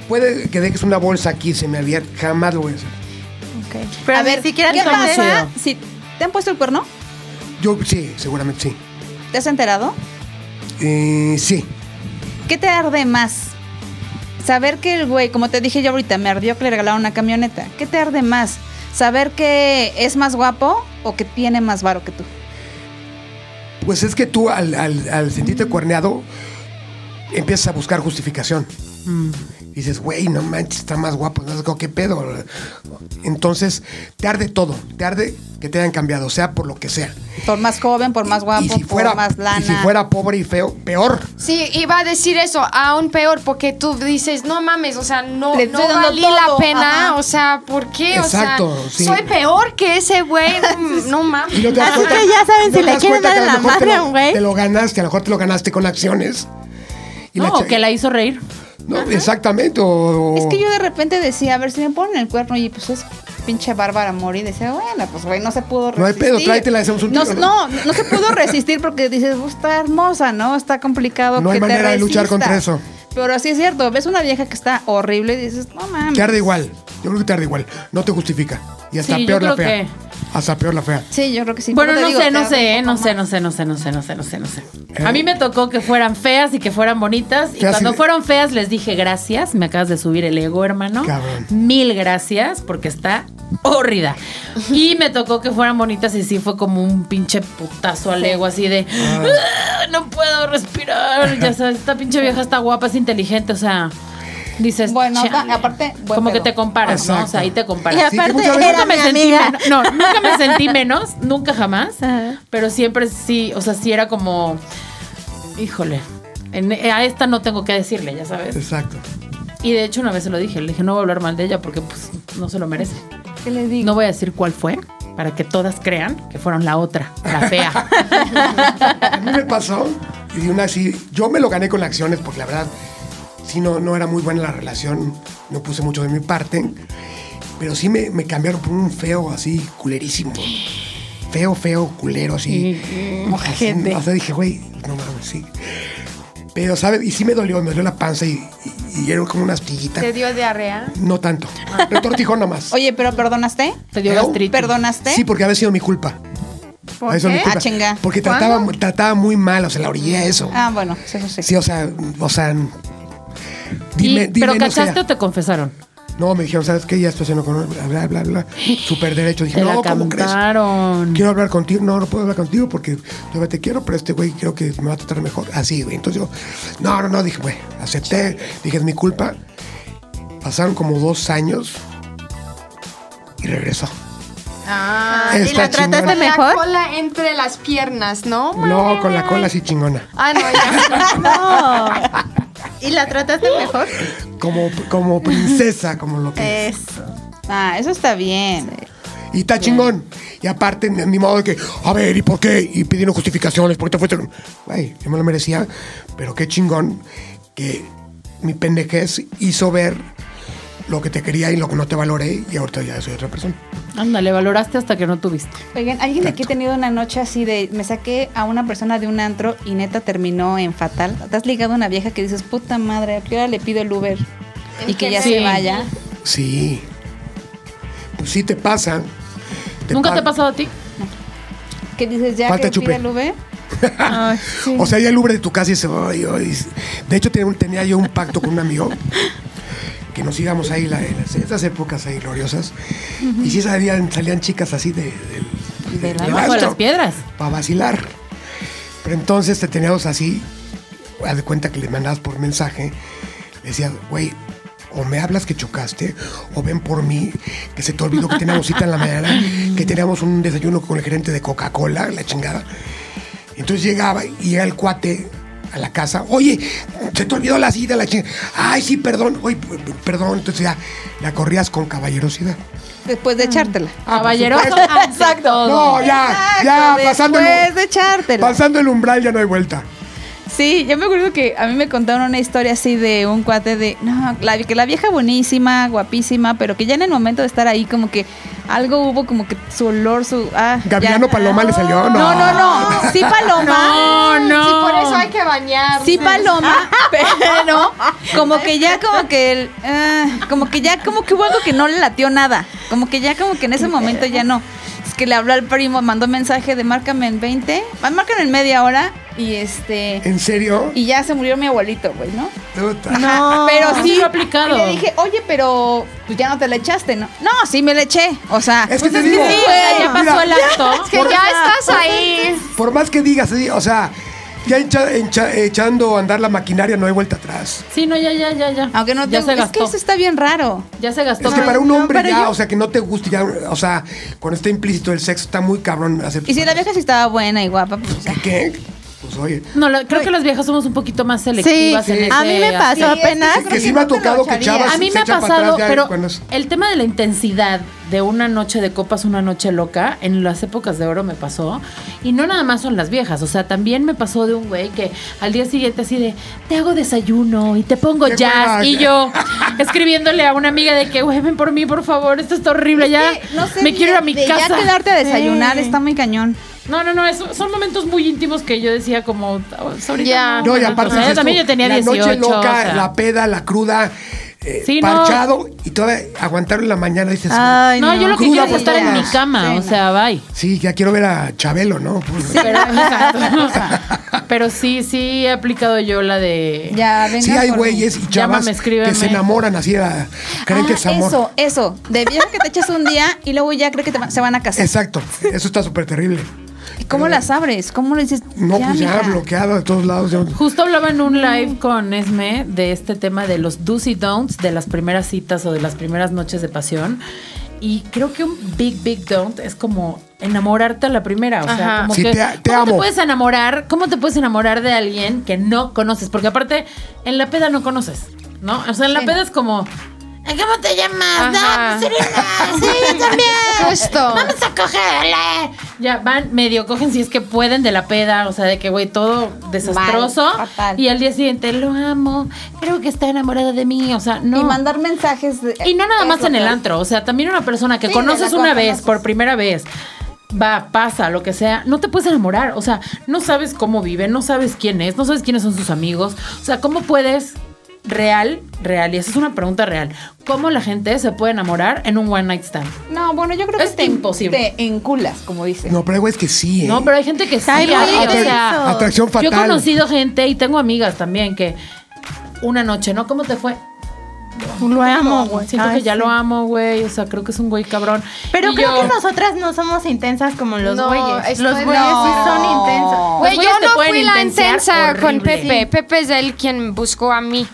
D: Puede que dejes una bolsa aquí, se me había jamás lo voy a hacer.
E: Pero
A: a
E: ni
A: ver,
E: siquiera
A: ¿qué
E: te han
A: pasa
B: conocido.
A: si te han puesto el cuerno?
D: Yo sí, seguramente sí.
A: ¿Te has enterado?
D: Eh, sí.
A: ¿Qué te arde más? Saber que el güey, como te dije yo ahorita, me ardió que le regalaron una camioneta. ¿Qué te arde más? ¿Saber que es más guapo o que tiene más varo que tú?
D: Pues es que tú al, al- al sentirte cuerneado empiezas a buscar justificación.
A: Mm.
D: Dices, güey, no manches, está más guapo, no sé qué pedo. Entonces, te arde todo, te arde que te hayan cambiado, sea por lo que sea.
A: Por más joven, por más guapo,
D: y si
A: por
D: fuera,
A: más lana.
D: Y si fuera pobre y feo, peor.
C: Sí, iba a decir eso, aún peor, porque tú dices, no mames, o sea, no,
A: Le estoy
C: no
A: dando
C: valí
A: todo,
C: la pena,
A: ajá.
C: o sea, ¿por qué? o
D: Exacto,
C: sea,
D: sí.
C: soy peor que ese güey, no, no
D: Y
C: mames.
D: no te das
E: Así
D: cuenta-
E: que ya saben,
D: no
E: si
D: te
E: le
D: das
E: quieren
D: cuenta que
E: dar
D: a
E: la
D: lo mejor te
E: madre
D: lo-
E: a un güey.
D: Te lo ganaste, a lo mejor te lo ganaste con acciones. Y
B: No,
D: cha-
B: que la hizo reír.
D: No, exactamente. o-
A: Es que yo de repente decía, a ver si me ponen el cuerno y pues es pinche Bárbara Mori. Decía, bueno, pues güey, no se pudo resistir.
D: No hay pedo, tráetela, hacemos un
A: no,
D: tiro,
A: no,
D: ¿no?
A: no se pudo resistir porque dices, "Oh, está hermosa, ¿no? Está complicado.
D: No hay
A: que te
D: manera de luchar
A: resistas".
D: contra eso.
A: Pero sí es cierto, ves una vieja que está horrible y dices, no mames.
D: Te arde igual. Yo creo que te arde igual. No te justifica. Y hasta
B: Sí, yo
D: peor la
B: creo
D: fea. Hasta peor la fea.
A: Sí, yo creo que sí.
B: Bueno,
A: pero
B: no
A: te digo,
B: sé,
A: te
B: no
A: arde
B: sé,
A: un
B: no
A: poco
B: sé,
A: más.
B: no sé, no sé, no sé, no sé, no sé, no sé.
D: Eh.
B: A mí me tocó que fueran feas y que fueran bonitas. Y
D: Casi
B: cuando
D: de-
B: fueron feas les dije gracias. Me acabas de subir el ego, hermano.
D: Cabrón.
B: Mil gracias porque está horrida. Y me tocó que fueran bonitas y sí fue como un pinche putazo al ego así de "Ah, no puedo respirar. Ya sabes, esta pinche vieja está guapa, es inteligente, o sea, dices.
A: Bueno,
B: "Chale".
A: va- aparte, buen
B: como que
A: pedo.
B: te comparas, ¿no? O
D: Exacto.
B: sea, ahí te comparas.
E: Y
D: Sí, que
E: aparte
D: muchas veces
E: era
B: Nunca
E: mi
B: me sentí
E: amiga.
B: men- no, nunca me sentí menos, nunca jamás,
E: Ajá.
B: pero siempre sí, o sea, sí era como, híjole, en- eh, a esta no tengo que decirle, ya sabes.
D: Exacto.
B: Y de hecho una vez se lo dije, le dije, no voy a hablar mal de ella porque pues no se lo merece.
A: ¿Qué les digo?
B: No voy a decir cuál fue, para que todas crean que fueron la otra, la fea.
D: A mí me pasó. Y de una así. Yo me lo gané con acciones porque la verdad, si no, no era muy buena la relación. No puse mucho de mi parte. Pero sí me, me cambiaron por un feo así, culerísimo. Feo, feo, culero, así. Así,
B: ojete.
D: O sea, dije, güey, no mames, sí. Pero, ¿sabes? Y sí me dolió, me dolió la panza y, y, y era como una astillita.
C: ¿Te dio diarrea?
D: No tanto. Retortijón nada más.
A: Oye, pero ¿perdonaste?
B: Te dio
D: ¿Pero?
B: gastritis.
A: ¿Perdonaste?
D: Sí, porque había sido mi culpa.
E: ¿Por
D: Había sido mi
E: qué?
D: culpa.
A: Ah, chinga.
D: Porque trataba, trataba muy mal, o sea, la orilla eso.
A: Ah, bueno, eso sí.
D: Sí, o sea, o sea.
B: Y-
D: Dime, dime.
B: ¿Pero
D: no
B: cachaste
D: sea.
B: o te confesaron?
D: No, me dijeron, ¿sabes qué? Ya estoy haciendo con. Bla, bla, bla. Súper derecho. Dije,
B: Te la
D: no, ¿cómo crees?
B: cantaron.
D: Quiero hablar contigo. No, no puedo hablar contigo porque todavía te quiero, pero este güey creo que me va a tratar mejor. Así, güey. Entonces yo, no, no, no. Dije, güey, acepté. Dije, es mi culpa. Pasaron como dos años y regresó.
C: Ah.
E: ¿Y
D: Está
E: la trataste
D: chingón.
C: La
E: mejor?
C: cola entre las piernas, ¿no?
D: No, con la cola así chingona.
C: Ah, no, ya.
E: No. ¿Y la trataste mejor?
D: Como, como princesa, como lo que es.
E: Eso.
A: Ah, eso está bien.
D: Y está chingón. Y aparte, ni ni modo de que, a ver, ¿y por qué? Y pidiendo justificaciones, ¿por qué te fuiste? con-?" Güey, yo me lo merecía, pero qué chingón que mi pendejez hizo ver lo que te quería y lo que no te valoré y ahorita ya soy otra persona.
B: Ándale, valoraste hasta que no tuviste.
A: Oigan, ¿alguien de aquí ha tenido una noche así de me saqué a una persona de un antro y neta terminó en fatal? ¿Te has ligado a una vieja que dices, puta madre, ¿a qué hora le pido el Uber? Y que ya
B: Sí.
A: se vaya.
D: Sí. Pues sí te pasa.
B: ¿Nunca te ha
D: pa-
B: pasado a ti?
A: Que dices, ya
D: Falta
A: que pida
D: chupe.
A: el Uber.
E: Ay, sí.
D: O sea, ya el Uber de tu casa y dice, "Ay, ay". De hecho, tenía, un- tenía yo un pacto con un amigo que nos íbamos ahí, la, en las- esas épocas ahí gloriosas. Y sí salían, salían chicas así de, del- del
B: Abajo de
D: antro
B: las piedras.
D: para vacilar. Pero entonces te teníamos así, haz de cuenta que le mandabas por mensaje, le decías, güey, o me hablas que chocaste, o ven por mí, que se te olvidó que teníamos cita en la mañana, que teníamos un desayuno con el gerente de Coca-Cola, la chingada. Entonces llegaba y llega el cuate a la casa, oye, se te olvidó la cita, la chingada. Ay, sí, perdón, oye, p- p- perdón. Entonces ya la corrías con caballerosidad.
A: Después de echártela.
D: Ah, por
B: Caballeroso.
D: supuesto.
B: Exacto.
D: No, ya, ya,
A: Exacto,
D: pasando el- um-
A: Después de echártela.
D: Pasando el umbral ya no hay vuelta.
A: Sí, yo me acuerdo que a mí me contaron una historia así de un cuate de, no, la, que la vieja buenísima, guapísima, pero que ya en el momento de estar ahí como que algo hubo como que su olor, su... Ah,
D: Gaviano
A: ya.
D: Paloma le salió, ¿no?
A: No, no, no. Sí, Paloma.
B: No, no.
C: Sí, por eso hay que bañar.
A: Sí, Paloma, pero como que ya como que el, ah, como que ya como que hubo algo que no le latió nada. Como que ya como que en ese momento ya no. Es que le habló al primo, mandó mensaje de márcame en 20, ah, márcame en media hora y este
D: ¿En serio?
A: y ya se murió mi abuelito, güey, ¿no?
D: Puta.
E: No.
A: Pero
B: eso
A: sí
B: lo he aplicado.
A: Le dije, "Oye, pero pues ya no te la echaste, ¿no?" No, sí me la eché. O sea,
D: Es que
A: pues
D: te digo,
A: sí,
B: Sí, o sea, ya
D: Mira,
B: pasó el acto.
C: Es que ya estás ahí.
D: Por más que digas, sí, o sea, ya encha- encha- echando a andar la maquinaria no hay vuelta atrás.
B: Sí, no, ya, ya, ya, ya.
A: aunque no te
B: ya se
A: es que
B: gastó.
A: eso está bien raro.
B: Ya se gastó.
D: Es que
B: Ay,
D: para un
E: no,
D: hombre
E: pero
D: ya,
E: yo-
D: o sea, que no te guste, ya, o sea, cuando está implícito el sexo está muy cabrón hacer.
A: Y si la vieja sí estaba buena y guapa, pues ya.
D: ¿Qué? qué? Pues oye.
B: No, la- creo que las viejas somos un poquito más
E: Sí,
B: selectivas en ese
E: a mí me
A: Sí,
E: pasó
A: es que
E: apenas.
A: yo creo
D: Que sí me ha
A: no te lo
D: tocado que
A: echarías.
D: chavas-
B: A mí
D: se
B: me ha
D: echan para
B: pasado,
D: atrás ya
B: pero
D: cuando es-
B: el tema de la intensidad de una noche de copas, una noche loca, en las épocas de oro me pasó. Y no nada más son las viejas, o sea, también me pasó de un güey que al día siguiente así de, te hago desayuno y te pongo
D: Qué
B: jazz.
D: hueva.
B: Y yo escribiéndole a una amiga de que, güey, ven por mí, por favor, esto está horrible, ya
A: No sé,
B: me quiero ir a
A: de-
B: mi
A: de
B: casa.
A: Ya quedarte a desayunar
E: Sí.
A: está muy cañón.
B: No, no, no, eso- son momentos muy íntimos que yo decía como, "Oh, ahorita
E: Ya.
D: No, y aparte.
B: O sea,
D: dices
B: yo
D: tú,
B: también yo tenía
D: la
B: 18.
D: noche loca,
B: o sea.
D: la peda, la cruda, eh,
B: Sí, no.
D: parchado, y todavía aguantaron la mañana, dices.
E: Ay,
B: no, yo lo que
D: Cruda
B: quiero es
D: por
B: estar en mi
D: todas.
B: cama,
A: Sí,
B: o
A: no.
B: sea, bye.
D: Sí, ya quiero ver a Chabelo, ¿no? Pues,
B: Pero, exacto, o sea, pero sí, sí he aplicado yo la de...
A: Ya, venga.
D: Sí, hay
A: por mí.
D: güeyes y chavas
B: Llámame, escríbeme.
D: que se enamoran así, a- creen
A: Ah,
D: que es amor.
A: Eso, eso. De vieja que te eches un día y luego ya cree que te va- se van a casar.
D: Exacto, eso está súper terrible.
A: ¿Y ¿Cómo las abres? ¿Cómo le dices?
D: No, pues ya
A: mija"?
D: bloqueado de todos lados. ya-
B: Justo hablaba en un live con Esme de este tema de los do's y don'ts de las primeras citas o de las primeras noches de pasión. Y creo que un big, big don't es como enamorarte a la primera. O sea,
C: Ajá.
B: como
D: Sí,
B: que.
D: te- te
B: ¿cómo
D: amo.
B: puedes enamorar? ¿Cómo te puedes enamorar de alguien que no conoces? Porque aparte, en la peda no conoces, ¿no? O sea, en la peda es como.
F: "Ay, ¿Cómo te llamas?
B: pues
C: Ajá.
F: No, Serena. Sí, yo también.
C: Justo.
F: Vamos a cogerle.
B: Ya van, medio cogen si es que pueden de la peda, o sea, de que, güey, todo desastroso.
A: Mal, fatal.
B: Y al día siguiente, lo amo, creo que está enamorada de mí, o sea, no.
A: Y mandar mensajes. de-
B: Y no nada
A: es
B: más
A: lo
B: en el
A: peor.
B: antro, o sea, también una persona que
A: Sí,
B: conoces
A: de la
B: una
A: cual
B: vez,
A: conoces.
B: por primera vez, va, pasa, lo que sea, no te puedes enamorar, o sea, no sabes cómo vive, no sabes quién es, no sabes quiénes son sus amigos, o sea, ¿cómo puedes real, real, y esa es una pregunta real, cómo la gente se puede enamorar en un one night stand?
A: No, bueno, yo creo
B: Es
A: que te,
B: imposible.
A: te enculas, como dices.
D: No, pero hay güeyes que sí, ¿eh?
B: No, pero hay gente que sí,
E: Ay,
B: hay,
E: güey,
B: o
E: ¿qué
B: sea,
E: hizo?
D: Atracción fatal.
B: Yo he conocido gente y tengo amigas también que una noche, ¿no? ¿Cómo te fue?
E: Lo amo, güey.
B: Siento
E: Ay,
B: que ya
E: sí.
B: lo amo, güey. O sea, creo que es un güey cabrón.
E: Pero
B: Y
E: creo
B: yo-
E: que nosotras no somos intensas como los
C: No,
E: güeyes.
C: estoy-
E: Los güeyes sí
C: no.
E: son intensos.
C: Güey,
B: Los
C: yo
B: güeyes te
C: no
B: pueden
C: fui la
B: intensear
C: intensa con
B: horrible.
C: Pepe. Pepe es el quien buscó a mí.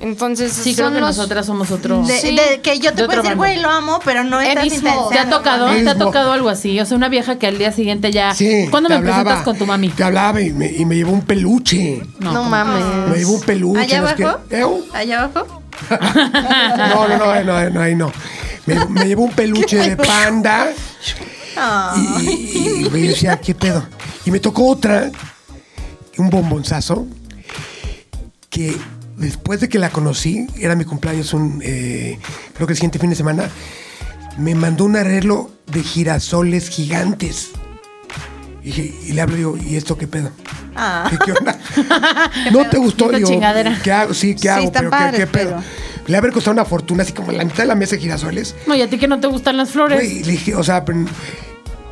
C: Entonces,
B: Sí, creo
C: son
B: que
C: los-
B: nosotras somos otro.
E: De,
C: Sí.
E: de que yo te
B: De otro
E: puedo decir,
B: bando.
E: güey, lo amo, pero no estás
C: Abismo.
E: intensa.
B: ¿Te ha tocado? ¿Te ha
D: Mismo.
B: tocado algo así? O sea, una vieja que al día siguiente ya.
D: Sí,
B: ¿Cuándo
D: te
B: me
D: hablaba,
B: presentas con tu mami?
D: Te hablaba y me, y me llevó un peluche.
E: No,
B: como-
D: Me
E: mames.
D: llevó un peluche.
E: ¿Allá
D: no sé qué.
E: abajo?
D: ¿Eh, uh?
E: ¿Allá abajo?
D: No, no, no, no, no, ahí no. Me, me llevó un peluche de panda
E: Ah.
D: y, y- y yo decía, ¿qué pedo? Y me tocó otra, un bombonzazo, que después de que la conocí, era mi cumpleaños, un, eh, creo que el siguiente fin de semana, me mandó un arreglo de girasoles gigantes. Y, dije- y le hablo y digo, ¿y esto qué pedo?
E: Ah.
D: ¿Qué, qué onda? ¿No te gustó?
B: Esta
D: Digo,
B: chingadera.
D: ¿Qué hago? Sí, ¿qué
A: Sí,
D: hago?
A: están
D: Pero, ¿qué-
A: padres,
D: ¿qué, pedo?
A: pero-
D: Le haber costado una fortuna, así como la mitad de la mesa de girasoles.
B: No, y a ti que no te gustan las flores.
D: Güey, le dije, o sea, pero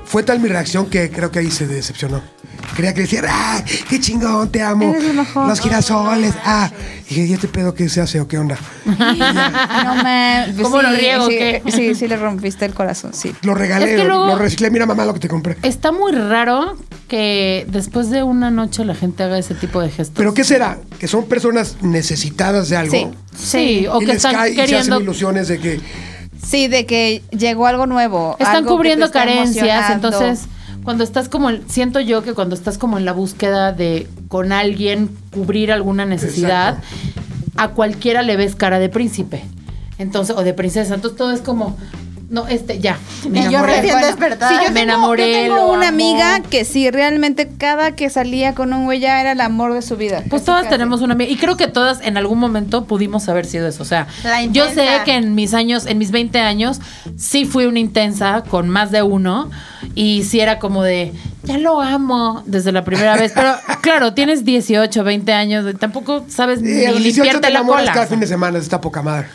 D: fue tal mi reacción que creo que ahí se decepcionó. Quería que le dijera, ¡ah! ¡Qué chingón! ¡Te amo!
A: Eres lo mejor.
D: Los girasoles, ¡ah! Y dije, ¿y este pedo qué se hace o qué onda?
A: No mames.
B: ¿Cómo lo riego o
A: sí,
B: qué?
A: Sí, sí, le rompiste el corazón, sí.
D: Lo regalé,
B: Es que
D: lo-
B: luego-
D: lo reciclé. Mira, mamá, lo que te compré.
B: Está muy raro que después de una noche la gente haga ese tipo de gestos.
D: ¿Pero qué será? ¿Que son personas necesitadas de algo?
A: Sí.
B: Sí, o
D: y
B: que
D: les
B: están
D: cae y se hacen
B: queriendo
D: ilusiones de que...
A: Sí, de que llegó algo nuevo.
B: Están
A: algo que te
B: cubriendo
A: está
B: carencias,
A: emocionando.
B: entonces cuando estás como, en- siento yo que cuando estás como en la búsqueda de con alguien cubrir alguna necesidad, a cualquiera le ves cara de príncipe, entonces o de princesa, entonces todo es como, no, este, ya, me
E: Y yo
B: enamoré.
E: recién
A: Bueno,
E: despertada.
A: sí, yo
B: ah, Me
A: tengo-
B: enamoré,
A: Yo
B: lo
A: tengo una
B: amo.
A: amiga que sí, realmente cada que salía con un güey ya era el amor de su vida.
B: Pues
A: Casi,
B: todas
A: casi.
B: tenemos una amiga. Y creo que todas en algún momento pudimos haber sido eso. O sea,
E: La
B: yo sé
E: intensa.
B: que en mis años, en mis 20 años, sí fui una intensa con más de uno. Y sí era como de, ya lo amo desde la primera vez. Pero claro, tienes 18, 20 años. de- Tampoco sabes
D: Y a
B: ni
D: los 18 te
B: limpiarte la
D: enamoras
B: cola.
D: cada fin de semana, está poca madre.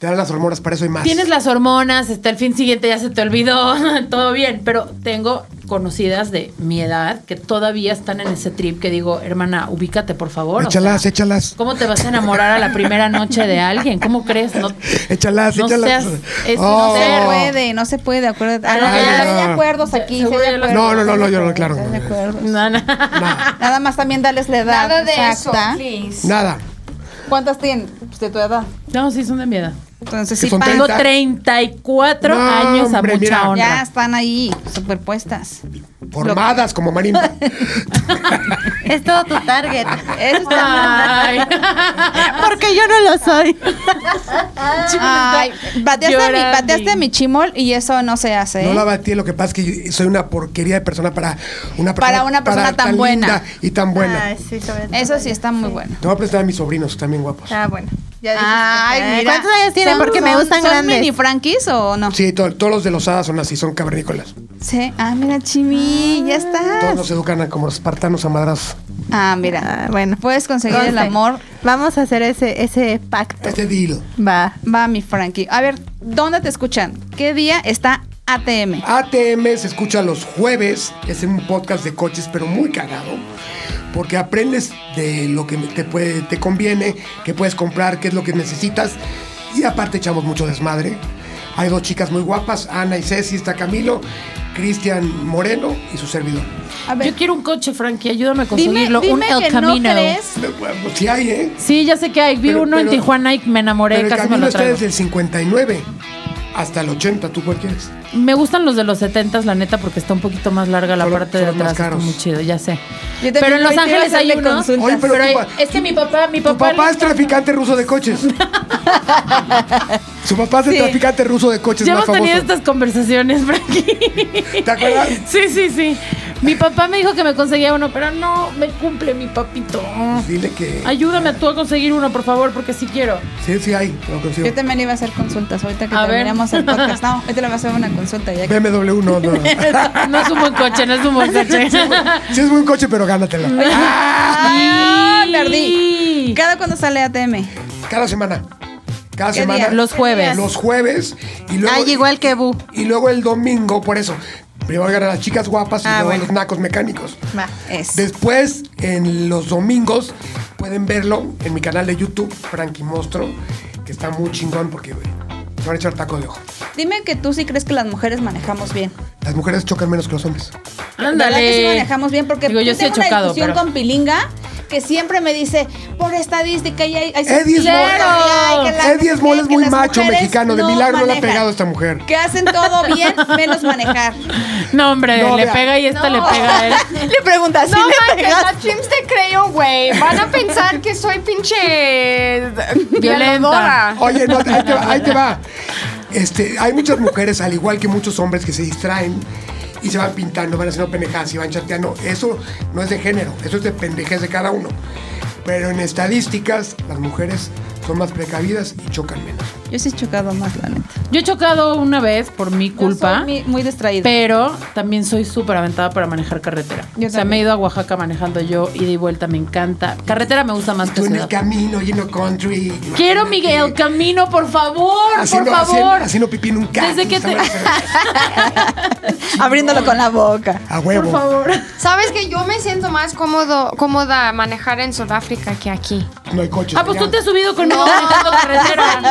D: Te dan las hormonas para eso y más.
B: Tienes las hormonas, hasta el fin siguiente ya se te olvidó, todo bien, pero tengo conocidas de mi edad que todavía están en ese trip que digo, hermana, ubícate por favor. o
D: Échalas,
B: sea,
D: échalas.
B: ¿Cómo te vas a enamorar a la primera noche de alguien? ¿Cómo crees? No,
D: Échalas,
B: no
D: échalas.
B: seas- es un
D: Oh.
A: No se
B: ser, güey.
A: puede, no se puede, acuérdate.
B: Ah,
A: Ah,
B: no,
A: ya,
D: ya,
A: hay
D: no.
A: acuerdos aquí. sí hay
B: Seguro ya lo-
A: acuerdos,
D: No, no, no,
A: sí hay
D: no, yo no,
A: acuerdos,
D: claro,
A: sí hay
D: no.
A: acuerdos.
B: No, no.
D: Nada,
A: Nada más también dales la edad.
C: Nada de
A: exacta.
C: eso, please.
D: nada.
A: ¿Cuántas tienen? Pues de tu edad.
B: No, sí, son de mi edad.
A: Entonces
D: Que
A: sí,
D: son
A: pan-
B: Tengo
D: 30.
B: 34
D: No,
B: años a
D: hombre,
B: mucha
D: mira.
B: honra.
A: ya están ahí, superpuestas.
D: Formadas como marimba.
E: Es todo tu target.
A: Eso está-
B: Ay.
E: Porque yo no lo soy.
A: Ay, bateaste, a mi,
B: Llorando.
A: bateaste a mi chimol y eso no se hace.
D: No
A: ¿eh?
D: la batí, lo que pasa es que yo soy una porquería de persona para una persona,
A: Para una persona tan buena.
D: linda y tan
B: Ah,
D: buena.
E: Ay, sí, sobre todo.
A: Eso sí está muy bueno.
D: Te voy a presentar a mis sobrinos, también guapos.
E: Ah, bueno. Ya dijiste
A: Ay,
E: que-
A: mira.
E: ¿Cuántos años tienen?
A: Son-
E: Porque me
A: son-
E: gustan
A: ¿son
E: grandes.
A: mini frankies o no?
D: Sí, to- todos los de los hadas son así, son cavernícolas.
A: Sí. Ah, mira, Chimi, ya
D: Todos
A: estás.
D: nos educan a- como espartanos a madrazos.
A: Ah,
E: Ah,
A: mira.
E: bueno.
A: Puedes conseguir el
E: Conste.
A: amor.
E: Vamos a hacer ese, ese
B: Ah.
E: pacto.
D: Este deal.
E: Va.
A: Va, mi Frankie. A ver, ¿dónde te escuchan? ¿Qué día está ATM?
D: ATM se escucha los jueves, es un podcast de coches, pero muy cagado. Porque aprendes de lo que te, puede, te conviene, que puedes comprar, qué es lo que necesitas. Y aparte echamos mucho desmadre. Hay dos chicas muy guapas, Ana y Ceci, está Camilo, Cristian Moreno y su servidor.
A: A ver.
B: Yo quiero un coche, Frankie, ayúdame a
A: Dime,
B: conseguirlo.
A: dime
B: un El
A: que
B: Camino.
A: no crees.
D: Pues sí hay, ¿eh?
B: Sí, ya sé que hay. Vi
D: Pero-
B: uno en
D: pero-
B: Tijuana y me enamoré,
D: Pero el
B: casi me
D: camino
B: lo
D: está
B: traigo.
D: desde el 59 hasta el 80, ¿tú cuál quieres?
B: Me gustan los de los 70 la neta, porque está un poquito más larga la
D: Son-
B: parte de
D: son más
B: atrás. Está
D: caros.
B: muy chido, ya sé.
A: Yo también
B: Pero en Los
A: ahorita iba a
B: Ángeles hay
A: hacerle
B: uno.
A: consultas.
D: Oye, pero
B: Pero
D: tu
B: hay-
D: pa-
B: es que mi papá, mi
D: Tu
B: papá.
D: papá es traficante ruso de coches. Su papá es el
A: Sí.
D: traficante ruso de coches
B: Ya
D: más
B: hemos
D: famoso.
B: tenido estas conversaciones, Frankie.
D: ¿Te acuerdas?
B: Sí, sí, sí. Mi papá me dijo que me conseguía uno, pero no me cumple mi papito.
D: Dile que.
B: Ayúdame tú a conseguir uno, por favor, porque sí quiero.
D: Sí, sí hay. Lo consigo.
A: Yo también iba a hacer consultas ahorita que
B: A ver.
A: terminamos el podcast. No, ahorita le voy a hacer una consulta ya que
D: BMW no, no.
B: No es un buen coche, no es un buen coche.
D: Sí es buen coche, pero gánatelo.
A: Ah, perdí.
B: perdí.
A: Cada cuando sale ATM.
D: Cada semana. Cada
A: ¿Qué
D: semana.
A: día?
B: Los jueves.
D: Los jueves. Y luego,
E: Ay, igual que Bu.
D: Y luego el domingo, por eso. Primero ganan las chicas guapas y
A: Ah,
D: luego
A: bueno.
D: los nacos mecánicos.
E: Va.
A: Es.
D: Después, en los domingos, pueden verlo en mi canal de YouTube, Frankie Mostro, que está muy chingón porque güey, te van a echar taco de ojo.
A: Dime que tú sí crees que las mujeres manejamos bien.
D: Las mujeres chocan menos que los hombres.
A: ¿Verdad que sí
B: Ándale.
A: manejamos bien? Porque
B: Digo, yo sí
A: tengo
B: he chocado,
A: una discusión
B: pero-
A: con Pilinga que siempre me dice, por estadística, y hay... hay
D: Eddie Small.
A: Ay, que las
D: Eddie
A: mujeres-
D: Small es muy
A: que las
D: macho
A: mujeres
D: mexicano. De
A: no
D: milagro no le ha
A: manejan.
D: pegado a esta mujer.
A: Que hacen todo bien, menos manejar.
B: No, hombre,
D: No,
B: le
D: vea.
B: pega y esta le pega a él.
A: Le preguntas, ¿sí
C: No
A: le
C: manches,
A: pegas?
C: la Chims te creo, güey. Van a pensar que soy pinche violadora.
D: Oye, no, ahí te va. ahí te va. Este, hay muchas mujeres, al igual que muchos hombres, que se distraen y se van pintando, van haciendo pendejadas y van chateando. Eso no es de género, eso es de pendejez de cada uno. Pero en estadísticas, las mujeres son más precavidas y chocan menos.
A: Yo sí he chocado más, la neta.
B: Yo he chocado una vez por mi
A: Yo
B: culpa.
A: soy mi- muy distraída.
B: Pero también soy súper aventada para manejar carretera.
A: Yo
B: o sea,
A: también.
B: me he ido a Oaxaca manejando yo, ida y vuelta, me encanta. Carretera me gusta más que
D: Tú en el
B: ciudad.
D: camino, lleno country.
B: Pues Quiero,
D: imagínate,
B: Miguel, camino, por favor,
D: haciendo-
B: por
D: haciendo-
B: favor.
D: Haciendo pipí en un carro.
B: Desde que te-
A: Abriéndolo con la boca.
D: A huevo.
B: Por favor.
C: Sabes que yo me siento más cómodo, cómoda manejar en Sudáfrica que aquí.
D: No hay coches.
B: Ah, pues
D: allá.
B: tú te has subido conmigo manejando carretera.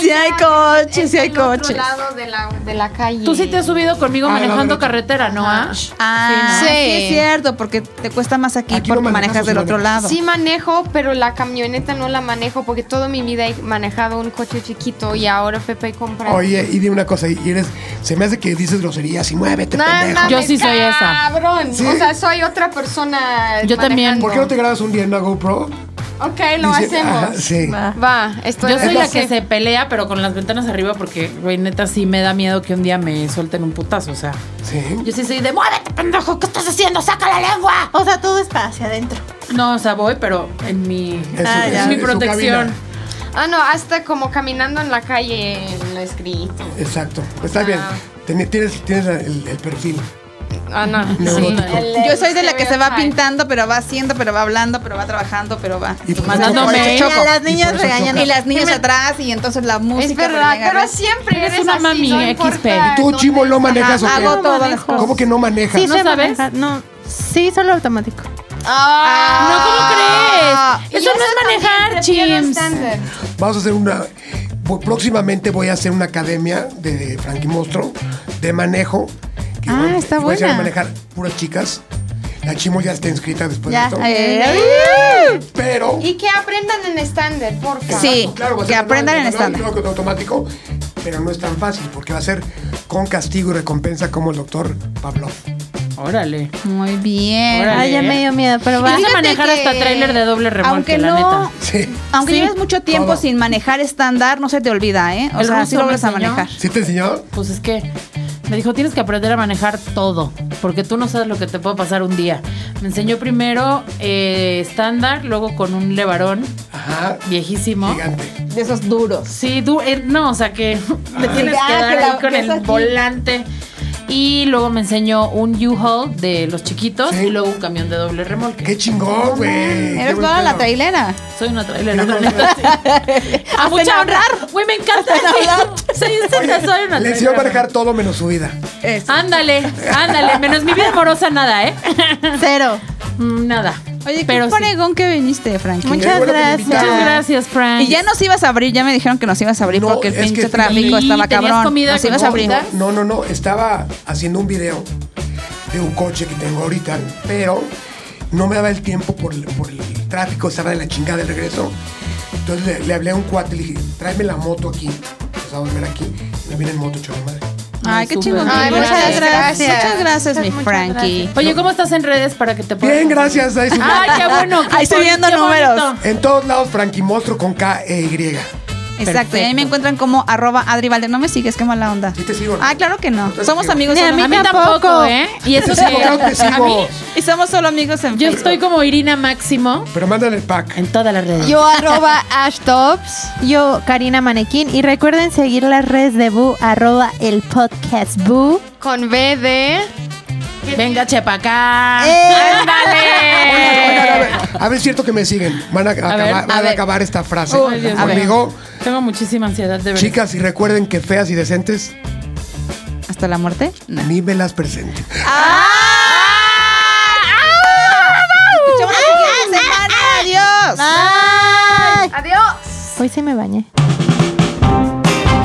A: Sí hay coches,
C: Es
A: sí hay
C: el otro
A: coches.
C: lado de la, de la calle.
B: Tú sí te has subido conmigo
D: Ah,
B: manejando
D: no, no, no.
B: carretera, ¿no? ah?
A: Ah,
C: Sí,
A: sí,
C: ¿no?
A: es
C: Sí.
A: cierto, porque te cuesta más aquí,
D: Aquí no
A: porque
D: manejas,
A: manejas del
D: no
A: otro
D: manejas.
A: lado.
C: Sí manejo, pero la camioneta no la manejo porque toda mi vida he manejado un coche chiquito y ahora Pepe compra.
D: Oye, y dime una cosa, y eres, se me hace que dices groserías y muévete,
C: No,
D: pendejo.
C: mames,
B: Yo sí soy esa.
C: Cabrón.
D: ¿Sí?
C: O sea, soy otra persona.
B: Yo también.
D: ¿Por qué no te grabas un día en una GoPro?
C: Ok, lo
D: Dice-
C: hacemos.
D: Ajá, sí.
C: Va, estoy
B: Yo
C: de
B: soy la
C: acuerdo.
B: que se pelea, pero con las ventanas arriba, porque, güey, neta, sí me da miedo que un día me suelten un putazo, o sea.
D: Sí.
B: Yo sí soy de muévete.
F: Muévete, pendejo, ¿qué estás haciendo? ¡Saca la lengua!
E: O sea, todo es para hacia adentro.
B: No, o sea, voy, pero en mi...
D: Es,
E: Ah,
D: su-
E: ya.
D: es-
B: mi
D: es su
B: protección.
D: cabina.
C: Ah, no, hasta como caminando en la calle lo he escrito.
D: Exacto. Está bien. Ten- tienes tienes el, el perfil.
C: Ah, no.
D: Neurótico.
A: Yo soy de la que se va pintando, pero va haciendo, pero va hablando, pero va trabajando, pero va.
D: Y por
B: Mandando
D: eso-
A: Por eso
B: mail.
A: choco.
E: Mira, las
D: Y
E: niñas
D: por eso
E: regañan.
D: choca.
A: Y las niñas atrás, y entonces la música.
C: Es verdad,
A: renega,
C: pero
A: ¿ves?
C: siempre
B: Eres
C: eres
B: una
C: así,
B: mami
C: no
B: XP.
C: importa
D: ¿Y tú,
C: dónde-
D: Chimo, lo manejas o
C: Ah, Ajá.
D: qué?
A: Hago todas las cosas.
D: ¿Cómo que no manejas?
E: Sí,
B: ¿No
E: sé
B: sabes?
E: manejar, No. Sí, solo automático.
C: Ah.
B: No, ¿cómo
A: Ah.
B: crees?
C: Y
B: Eso no es
C: también
B: manejar,
C: prefiero
B: Chims.
C: estándar.
D: Vamos a hacer una. bu- Próximamente voy a hacer una academia de Frankie Mostro de manejo. que
E: Ah,
D: voy-
E: está
D: voy a enseñar a
E: buena.
D: manejar puras chicas. La Chimo ya está inscrita después de
E: Ya.
D: esto.
A: Eh,
D: Pero.
C: Y que aprendan en estándar, por favor.
A: Sí.
D: va a
A: que
D: ser
A: aprendan
D: manual,
A: en
D: manual,
A: estándar.
D: luego con automático, pero no es tan fácil porque va a ser con castigo y recompensa como el doctor Pavlov.
B: Órale.
A: Muy bien.
B: Órale.
E: Ay, ya me dio miedo, pero va.
B: Vas a
A: fíjate
B: manejar
A: que-
B: hasta tráiler de doble remolque,
A: Aunque
B: la
A: no,
B: neta.
D: Sí.
A: aunque
B: Sí.
A: lleves mucho tiempo
D: Todo.
A: sin manejar estándar, no se te olvida, ¿eh? O
B: El
A: sea,
B: ruso
A: sí lo
B: me
A: vuelves a
B: enseñó.
A: manejar.
D: ¿Sí te enseñó?
B: Pues es que me dijo, tienes que aprender a manejar todo, porque tú no sabes lo que te puede pasar un día. Me enseñó primero eh, estándar, luego con un levarón
D: Ajá.
B: viejísimo.
D: Gigante.
A: De esos duros.
B: Sí, du- eh, no, o sea que te tienes
A: Ah,
B: que dar
A: que la-
B: ahí con
A: que
B: el
A: es aquí.
B: volante. Y luego me enseñó un U-Haul de los chiquitos
D: Sí.
B: y luego un camión de doble remolque.
D: Qué chingón, güey. Qué
A: Eres
D: buen
A: toda la
D: pedo.
A: trailera.
B: Soy una trailera, la neta, sí. A mucha honra. Güey, me encanta. Sí, soy una trailera.
D: Le enseñó a manejar todo menos su vida.
A: Eso.
B: Ándale, ándale. Menos mi vida amorosa, nada, ¿eh?
E: Cero.
B: Mm, Nada.
A: Oye,
B: Pero
A: qué
B: sí.
A: paregón que viniste, Frankie.
E: Muchas
D: bueno que me
E: gracias.
D: invitaron.
B: Muchas gracias, Frank.
A: Y ya nos ibas a abrir, ya me dijeron que nos ibas a abrir
D: No,
A: porque el
D: es que
A: pinche
D: sí.
A: tráfico
B: ¿Y
A: estaba
B: tenías
A: cabrón.
B: comida
A: Nos
B: que
A: ibas
B: no
A: a abrir.
B: quitar?
D: No, no, no. Estaba haciendo un video de un coche que tengo ahorita, pero no me daba el tiempo por el, por el tráfico, estaba de la chingada del regreso. Entonces le, le hablé a un cuate y le dije, tráeme la moto aquí. Pues a volver aquí. Me viene en moto, chaval madre.
A: Ay, qué
B: Súper.
A: chingón.
C: Ay,
A: muchas
C: muchas
A: gracias.
C: gracias.
A: Muchas gracias, mi
E: Muchas
A: Frankie.
B: Oye, ¿cómo estás en redes para que te puedas-
D: Bien, gracias. ahí subió.
B: Ah, qué bueno. qué
A: Ahí estoy
B: bon-
A: viendo
B: qué
A: números.
B: bonito.
D: En todos lados, Frankie Monstruo con K e Y.
A: Exacto. Y ahí me
B: Perfecto.
A: encuentran como arroba Adri Valde. No me sigues, qué mala onda.
D: Sí te sigo, ¿no?
A: Ah, claro que no.
D: No te
A: Somos
D: sigo.
A: amigos.
E: Ni a
A: solo-
E: mí tampoco.
B: ¿eh? Y eso sí.
D: Claro que
B: a mí,
D: sigo.
A: Y somos solo amigos en
B: yo
A: Facebook.
B: estoy como Irina Máximo
D: Pero mándale el pack.
B: en todas las redes.
G: Yo arroba ashtops.
E: Yo, Karina Manequín. Y recuerden seguir las redes de Bu, arroba el podcast Bu.
G: Con B de.
B: Venga, chepa
E: Ah.
B: acá.
E: Eh.
D: Oigan, a ver, a ver, es cierto que me siguen. Van a, acabar,
B: ver,
D: van a acabar esta frase.
B: Uy, Dios mío.
D: Conmigo,
B: Tengo muchísima ansiedad de ver.
D: chicas, y recuerden que feas y decentes
A: ¿Hasta la muerte? No.
D: ni me las presenten.
E: ¡Ah!
A: Escuchamos la siguiente semana. Adiós.
E: ¡Ah! Hoy sí me bañé.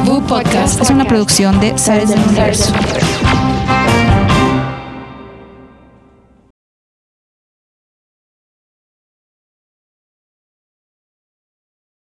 A: Boo Podcast es una producción de Sales del Universo.